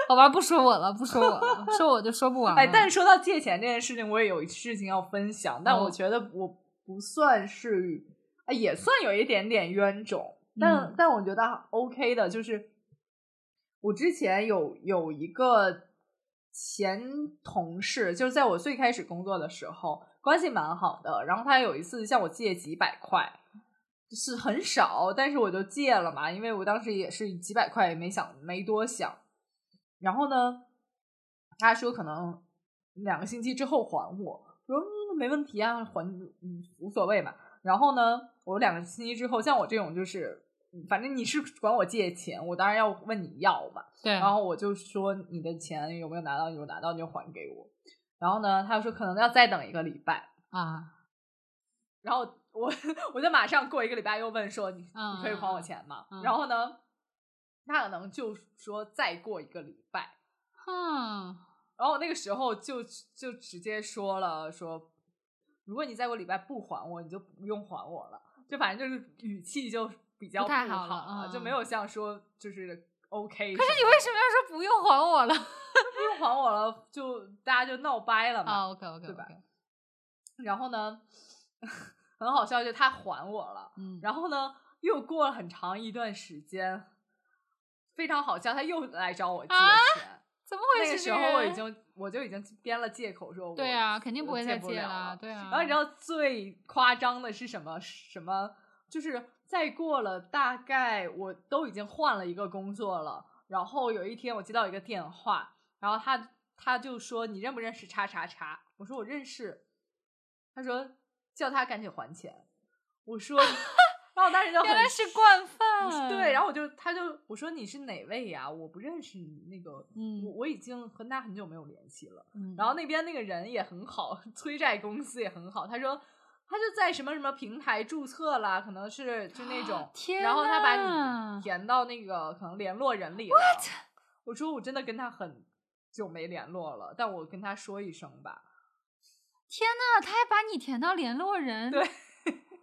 Speaker 1: 好吧，不说我了，不说我了，说我就说不完了。
Speaker 2: 哎，但是说到借钱这件事情，我也有事情要分享，但
Speaker 1: 哦
Speaker 2: 我觉得我不算是，啊，也算有一点点冤种，但、
Speaker 1: 嗯
Speaker 2: 但我觉得 OK 的，就是我之前有有一个前同事，就是在我最开始工作的时候，关系蛮好的，然后他有一次向我借几百块。就是很少，但是我就借了嘛，因为我当时也是几百块，也没想没多想。然后呢，他说可能两个星期之后还我，我说、嗯、没问题啊，还嗯无所谓嘛。然后呢，我两个星期之后，像我这种就是，嗯反正你是管我借钱，我当然要问你要嘛。
Speaker 1: 对，
Speaker 2: 然后我就说你的钱有没有拿到？有拿到你就还给我。然后呢，他说可能要再等一个礼拜。
Speaker 1: 啊，
Speaker 2: 然后我 我就马上过一个礼拜又问说你、
Speaker 1: 嗯
Speaker 2: 你可以还我钱吗？
Speaker 1: 嗯
Speaker 2: 然后呢，他可能就说再过一个礼拜。
Speaker 1: 哼。
Speaker 2: 然后那个时候就就直接说了说，如果你再过礼拜不还我，你就不用还我了。就反正就是语气就比较
Speaker 1: 不太
Speaker 2: 好
Speaker 1: 好了嗯
Speaker 2: 就没有像说就是 OK 什么的。
Speaker 1: 可是你为什么要说不用还我 了？
Speaker 2: 不用还我了？就大家就闹掰了嘛。
Speaker 1: 啊，OK OK
Speaker 2: 对吧
Speaker 1: OK，
Speaker 2: 然后呢， 很好笑，就是他还我了。
Speaker 1: 嗯，
Speaker 2: 然后呢，又过了很长一段时间，非常好笑，他又来找我借
Speaker 1: 啊
Speaker 2: 钱。
Speaker 1: 怎么
Speaker 2: 那
Speaker 1: 会
Speaker 2: 个
Speaker 1: 是
Speaker 2: 时
Speaker 1: 这
Speaker 2: 候我已
Speaker 1: 人
Speaker 2: 经我就已经编了借口说我，
Speaker 1: 对啊，肯定
Speaker 2: 我
Speaker 1: 不会
Speaker 2: 借
Speaker 1: 再
Speaker 2: 不
Speaker 1: 借
Speaker 2: 了
Speaker 1: 啦，
Speaker 2: 了
Speaker 1: 对 啊。
Speaker 2: 然后你知道最夸张的是什么？什么？就是再过了大概我都已经换了一个工作了，然后有一天我接到一个电话，然后他他就说你认不认识叉叉叉？我说我认识。他说叫他赶紧还钱。我说，然后我当时就
Speaker 1: 原
Speaker 2: 很
Speaker 1: 来是惯
Speaker 2: 不是
Speaker 1: 犯，
Speaker 2: 对，然
Speaker 1: 后
Speaker 2: 后我就他就我说你是哪位呀、我不认识你那个，
Speaker 1: 嗯
Speaker 2: 我我已经和他很久没有联系了。然
Speaker 1: 然，
Speaker 2: 后那边那个人也很好，催债公司也很好，他说他就在什么什么平台注册啦，可能是就那种
Speaker 1: 天
Speaker 2: 然后他把
Speaker 1: 呐
Speaker 2: 你填到那个可能联络人里了。我说我真的跟他很久没联络了，但我跟他说一声吧。
Speaker 1: 天呐，他还把你填到联络人，
Speaker 2: 对，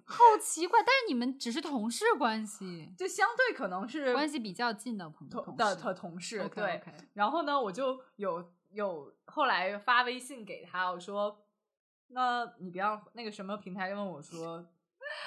Speaker 1: 好奇怪。但是你们只是同事关系，
Speaker 2: 就相 对可能是
Speaker 1: 关系比较近的朋
Speaker 2: 同
Speaker 1: 同
Speaker 2: 的
Speaker 1: 事
Speaker 2: 的同事
Speaker 1: OK，
Speaker 2: 对
Speaker 1: OK
Speaker 2: 然后呢，我就有有后来发微信给他，我说：“那你别让那个什么平台问我说，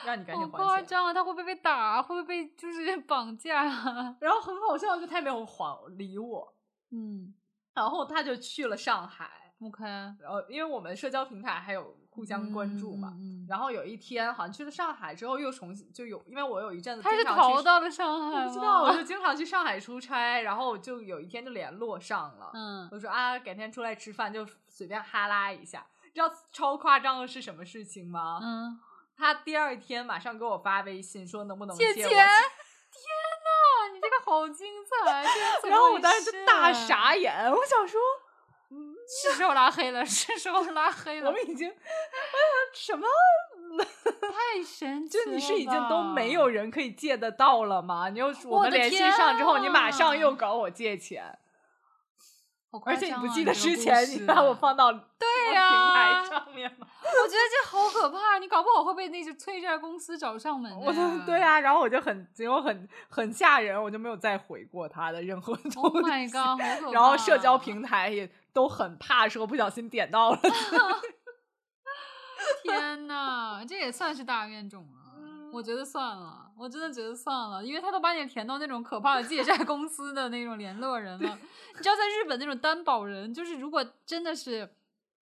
Speaker 2: 让你赶
Speaker 1: 好
Speaker 2: 紧
Speaker 1: 夸
Speaker 2: 还钱。
Speaker 1: 张啊！他会不会被打？会不会被就是 绑架啊？”
Speaker 2: 然后很好笑，就他也没有还理我，
Speaker 1: 嗯
Speaker 2: 然后他就去了上海，
Speaker 1: ，OK，
Speaker 2: 然后因为我们社交平台还有互相关注嘛。
Speaker 1: 嗯嗯嗯
Speaker 2: 然后有一天，好像去了上海之后，又重新就有，因为我有一阵子
Speaker 1: 他是
Speaker 2: 经常去
Speaker 1: 逃到了上海吗，
Speaker 2: 我不知道，我就经常去上海出差，然后我就有一天就联络上了，
Speaker 1: 嗯
Speaker 2: 我说啊，改天出来吃饭就随便哈拉一下。知道超夸张的是什么事情吗？
Speaker 1: 嗯，
Speaker 2: 他第二天马上给我发微信说能不能
Speaker 1: 借
Speaker 2: 我
Speaker 1: 钱！天呐，你这个好精彩！
Speaker 2: 啊
Speaker 1: 这是怎么
Speaker 2: 然后我
Speaker 1: 回
Speaker 2: 当时就
Speaker 1: 事啊
Speaker 2: 大，傻眼，我想说
Speaker 1: 是时候拉黑了，是时候拉黑
Speaker 2: 我
Speaker 1: 了，
Speaker 2: 们已 经，哎呀，什么？
Speaker 1: 太神奇
Speaker 2: 就
Speaker 1: 了吧！
Speaker 2: 你是已经都没有人可以借得到了吗？你又我
Speaker 1: 我
Speaker 2: 们
Speaker 1: 的
Speaker 2: 联系
Speaker 1: 天
Speaker 2: 上之后，你马上
Speaker 1: 啊
Speaker 2: 又搞我借钱，
Speaker 1: 好夸
Speaker 2: 而且
Speaker 1: 张啊，
Speaker 2: 你不记得
Speaker 1: 这个
Speaker 2: 之
Speaker 1: 故
Speaker 2: 前你
Speaker 1: 事
Speaker 2: 把我，放到
Speaker 1: 对啊
Speaker 2: 平
Speaker 1: 呀、
Speaker 2: 台上面吗？
Speaker 1: 我觉得这好可怕，你搞不好会被那些催债公司找上门的呀。
Speaker 2: 我就对啊，然后我就很结果很很吓人，我就没有再回过他的任何东西。
Speaker 1: ，Oh my god，好可怕！啊
Speaker 2: 然后社交平台也都很怕，说不小心点到了，
Speaker 1: 天呐，这也算是大怨种了。我
Speaker 2: 嗯
Speaker 1: 觉得算了，我真的觉得算了，因为他都把你填到那种可怕的借债公司的那种联络人了。你知道，在日本那种担保人，就是如果真的是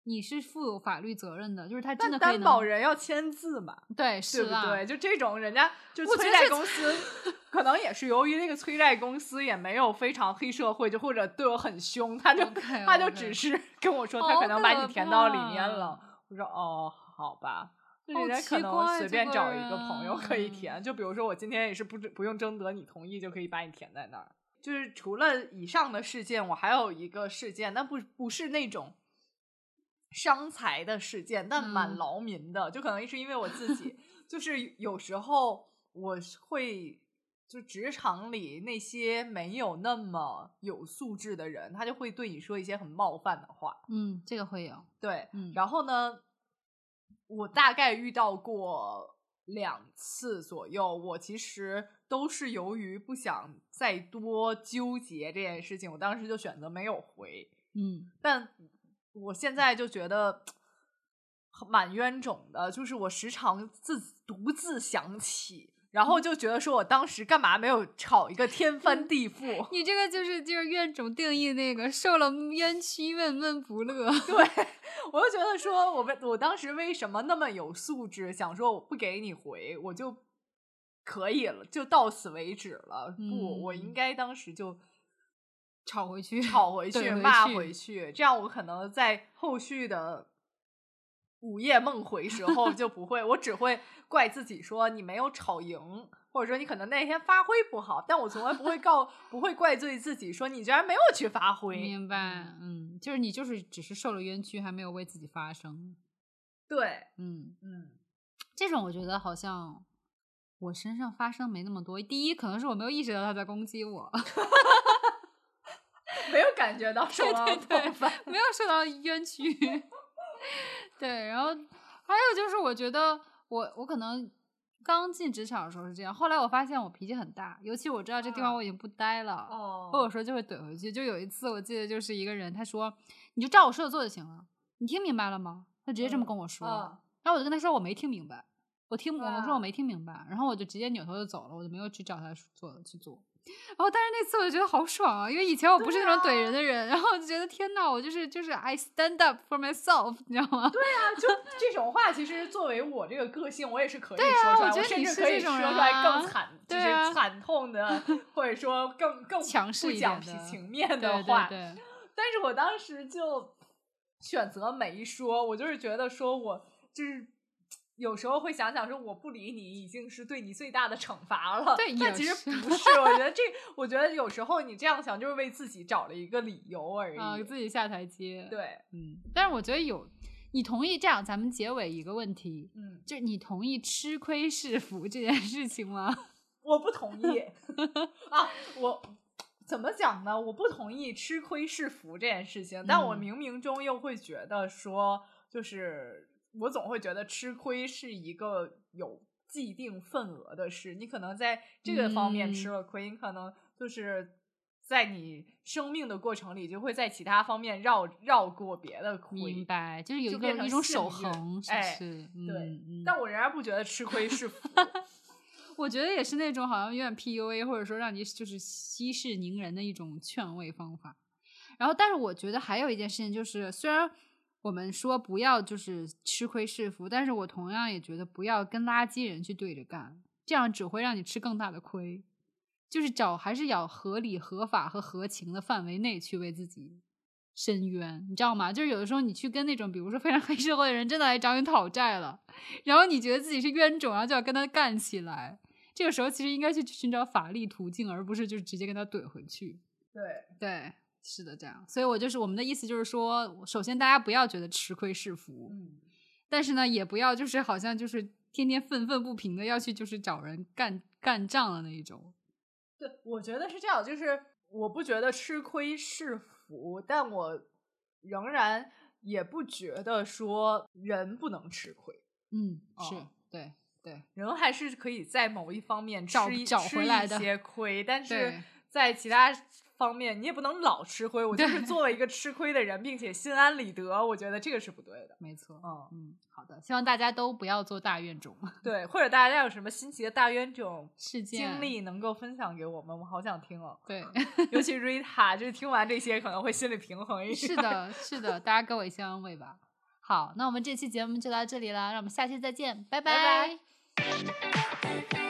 Speaker 1: 你是负有法律责任的，就是他真的
Speaker 2: 但
Speaker 1: 可以
Speaker 2: 担保
Speaker 1: 能
Speaker 2: 人要签字嘛，
Speaker 1: 对
Speaker 2: 对
Speaker 1: 是
Speaker 2: 不
Speaker 1: 啊，
Speaker 2: 对？就这种人家就
Speaker 1: 我觉
Speaker 2: 催
Speaker 1: 得
Speaker 2: 债
Speaker 1: 这
Speaker 2: 公司，可能也是由于那个催债公司也没有非常黑社会，就或者对我很凶，他就
Speaker 1: OK，
Speaker 2: 他就
Speaker 1: OK 哦
Speaker 2: 只是 跟我说
Speaker 1: 好
Speaker 2: 他可能把
Speaker 1: 可
Speaker 2: 你填到里面
Speaker 1: 怕
Speaker 2: 了。我说哦，好吧。那
Speaker 1: 好
Speaker 2: 人家可
Speaker 1: 奇
Speaker 2: 能
Speaker 1: 怪
Speaker 2: 随
Speaker 1: 这
Speaker 2: 便
Speaker 1: 个
Speaker 2: 找一个朋友
Speaker 1: 人
Speaker 2: 可以填，就比如说我今天也是不不用征得你同意就可以把你填在那儿。就是除了以上的事件，我还有一个事件，但不不是那种伤财的事件，但蛮
Speaker 1: 嗯
Speaker 2: 劳民的，就可能是因为我自己，就是有时候我是会就职场里那些没有那么有素质的人，他就会对你说一些很冒犯的话，
Speaker 1: 嗯，这个会有，
Speaker 2: 对，
Speaker 1: 嗯，
Speaker 2: 然后呢，我大概遇到过两次左右，我其实都是由于不想再多纠结这件事情，我当时就选择没有回。
Speaker 1: 嗯
Speaker 2: 但我现在就觉得蛮冤种的，就是我时常自独自想起，然后就觉得说我当时干嘛没有吵一个天翻地覆。
Speaker 1: 你这个就是就是怨种定义那个受了冤屈闷闷不乐，
Speaker 2: 我就觉得说，我为我当时为什么那么有素质，想说我不给你回，我就可以了，就到此为止了。不，我应
Speaker 1: 嗯
Speaker 2: 该当时就
Speaker 1: 吵回去，
Speaker 2: 吵回
Speaker 1: 怼
Speaker 2: 去，
Speaker 1: 回
Speaker 2: 骂
Speaker 1: 去
Speaker 2: 回去，这样我可能在后续的午夜梦回时候就不会，我只会怪自己说你没有吵赢，或者说你可能那天发挥不好，但我从来不会告，不会怪罪自己说你居然没有去发挥。
Speaker 1: 明白，嗯，就是你就是只是受了冤屈，还没有为自己发声，
Speaker 2: 对，
Speaker 1: 嗯，
Speaker 2: 嗯，
Speaker 1: 这种我觉得好像我身上发生没那么多。第一，可能是我没有意识到他在攻击我，
Speaker 2: 没有感觉到什么
Speaker 1: 对对
Speaker 2: 冒犯
Speaker 1: 没有受到冤屈。 对，然后还有就是，我觉得我我可能刚进职场的时候是这样，后来我发现我脾气很大，尤其我知道这地方
Speaker 2: 嗯
Speaker 1: 我已经不待了，
Speaker 2: 哦
Speaker 1: 或者说就会怼回去。就有一次，我记得就是一个人，他说：“你就照我说的做就行了，你听明白了吗？”他直接这么
Speaker 2: 嗯
Speaker 1: 跟我说。
Speaker 2: 嗯
Speaker 1: 然后我就跟他说我没听明白，我听我我说
Speaker 2: 啊
Speaker 1: 我没听明白，然后我就直接扭头就走了，我就没有去找他做去做。然后但是那次我就觉得好爽啊，因为以前我不是
Speaker 2: 对
Speaker 1: 那种怼
Speaker 2: 啊
Speaker 1: 人的人，然后我就觉得天呐，我就是就是 I stand up for myself，你知道吗？对
Speaker 2: 啊，就这种话，其实作为我这个个性，我也是可以说
Speaker 1: 啊
Speaker 2: 出来，
Speaker 1: 我觉得
Speaker 2: 甚
Speaker 1: 你
Speaker 2: 至
Speaker 1: 是
Speaker 2: 可
Speaker 1: 这
Speaker 2: 以说
Speaker 1: 种
Speaker 2: 出
Speaker 1: 人
Speaker 2: 来更
Speaker 1: 啊
Speaker 2: 惨，
Speaker 1: 对
Speaker 2: 就
Speaker 1: 啊
Speaker 2: 是惨 痛的，或者说更更
Speaker 1: 强势
Speaker 2: 不
Speaker 1: 一
Speaker 2: 讲
Speaker 1: 点
Speaker 2: 皮
Speaker 1: 的
Speaker 2: 情面的
Speaker 1: 对
Speaker 2: 话。
Speaker 1: 对，
Speaker 2: 但是我当时就选择没说，我就是觉得说我就是。有时候会想想，说我不理你已经是对你最大的惩罚了。
Speaker 1: 对
Speaker 2: 但
Speaker 1: 也
Speaker 2: 其实
Speaker 1: 是
Speaker 2: 不是。我觉得这，我觉得有时候你这样想，就是为自己找了一个理由而已。
Speaker 1: 啊、自己下台阶。，
Speaker 2: 对，
Speaker 1: 嗯，但是我觉得有，你同意这样，咱们结尾一个问题，
Speaker 2: 嗯，
Speaker 1: 就是你同意吃亏是福这件事情吗？
Speaker 2: 我不 同意啊！我怎么讲呢？我不同意吃亏是福这件事情，但我
Speaker 1: 嗯
Speaker 2: 冥冥中又会觉得说，就是我总会觉得吃亏是一个有既定份额的事。你可能在这个方面吃
Speaker 1: 嗯
Speaker 2: 了亏，你可能就是。在你生命的过程里，就会在其他方面绕绕过别的亏。
Speaker 1: 明白，就是有
Speaker 2: 就
Speaker 1: 一
Speaker 2: 变
Speaker 1: 个
Speaker 2: 成
Speaker 1: 一种
Speaker 2: 幸
Speaker 1: 守
Speaker 2: 运
Speaker 1: 恒，是不
Speaker 2: 哎
Speaker 1: 是？
Speaker 2: 对
Speaker 1: 嗯、嗯
Speaker 2: 但我仍然不觉得吃亏是福。
Speaker 1: 我觉得也是那种好像有点 PUA，或者说让你就是息事宁人的一种劝慰方法。然后，但是我觉得还有一件事情就是，虽然我们说不要就是吃亏是福，但是我同样也觉得不要跟垃圾人去对着干，这样只会让你吃更大的亏。就是找还是要合理、合法和合情的范围内去为自己申冤，你知道吗？就是有的时候你去跟那种比如说非常黑社会的人真的来找你讨债了，然后你觉得自己是冤种，然后就要跟他干起来，这个时候其实应该去寻找法律途径，而不是就直接跟他怼回去。
Speaker 2: 对，
Speaker 1: 对，是的，这样。所以我就是我们的意思就是说，首先大家不要觉得吃亏是福，
Speaker 2: 嗯，
Speaker 1: 但是呢，也不要就是好像就是天天愤愤不平的要去就是找人干干仗的那一种。
Speaker 2: 对，我觉得是这样，就是我不觉得吃亏是福，但我仍然也不觉得说人不能吃亏，
Speaker 1: 嗯，是
Speaker 2: 哦
Speaker 1: 对对，
Speaker 2: 人还是可以在某一方面
Speaker 1: 找
Speaker 2: 吃一
Speaker 1: 找
Speaker 2: 吃
Speaker 1: 回来
Speaker 2: 一
Speaker 1: 的
Speaker 2: 些亏，但是
Speaker 1: 对
Speaker 2: 在其他方面，你也不能老吃亏。我就是做了一个吃亏的人，并且心安理得，我觉得这个是不对的。
Speaker 1: 没错，
Speaker 2: 嗯，
Speaker 1: 嗯，好的，希望大家都不要做大冤 种
Speaker 2: 对，或者大家有什么新奇的大冤种
Speaker 1: 事件
Speaker 2: 经。历能够分享给我们，我好想听哦。
Speaker 1: 对，
Speaker 2: 尤其 Rita，就是听完这些可能会心里平衡一点。
Speaker 1: 是，的，是的，大家给我一些安慰吧。好，那我们这期节目就到这里了，让我们下期再见，拜
Speaker 2: 拜拜
Speaker 1: 拜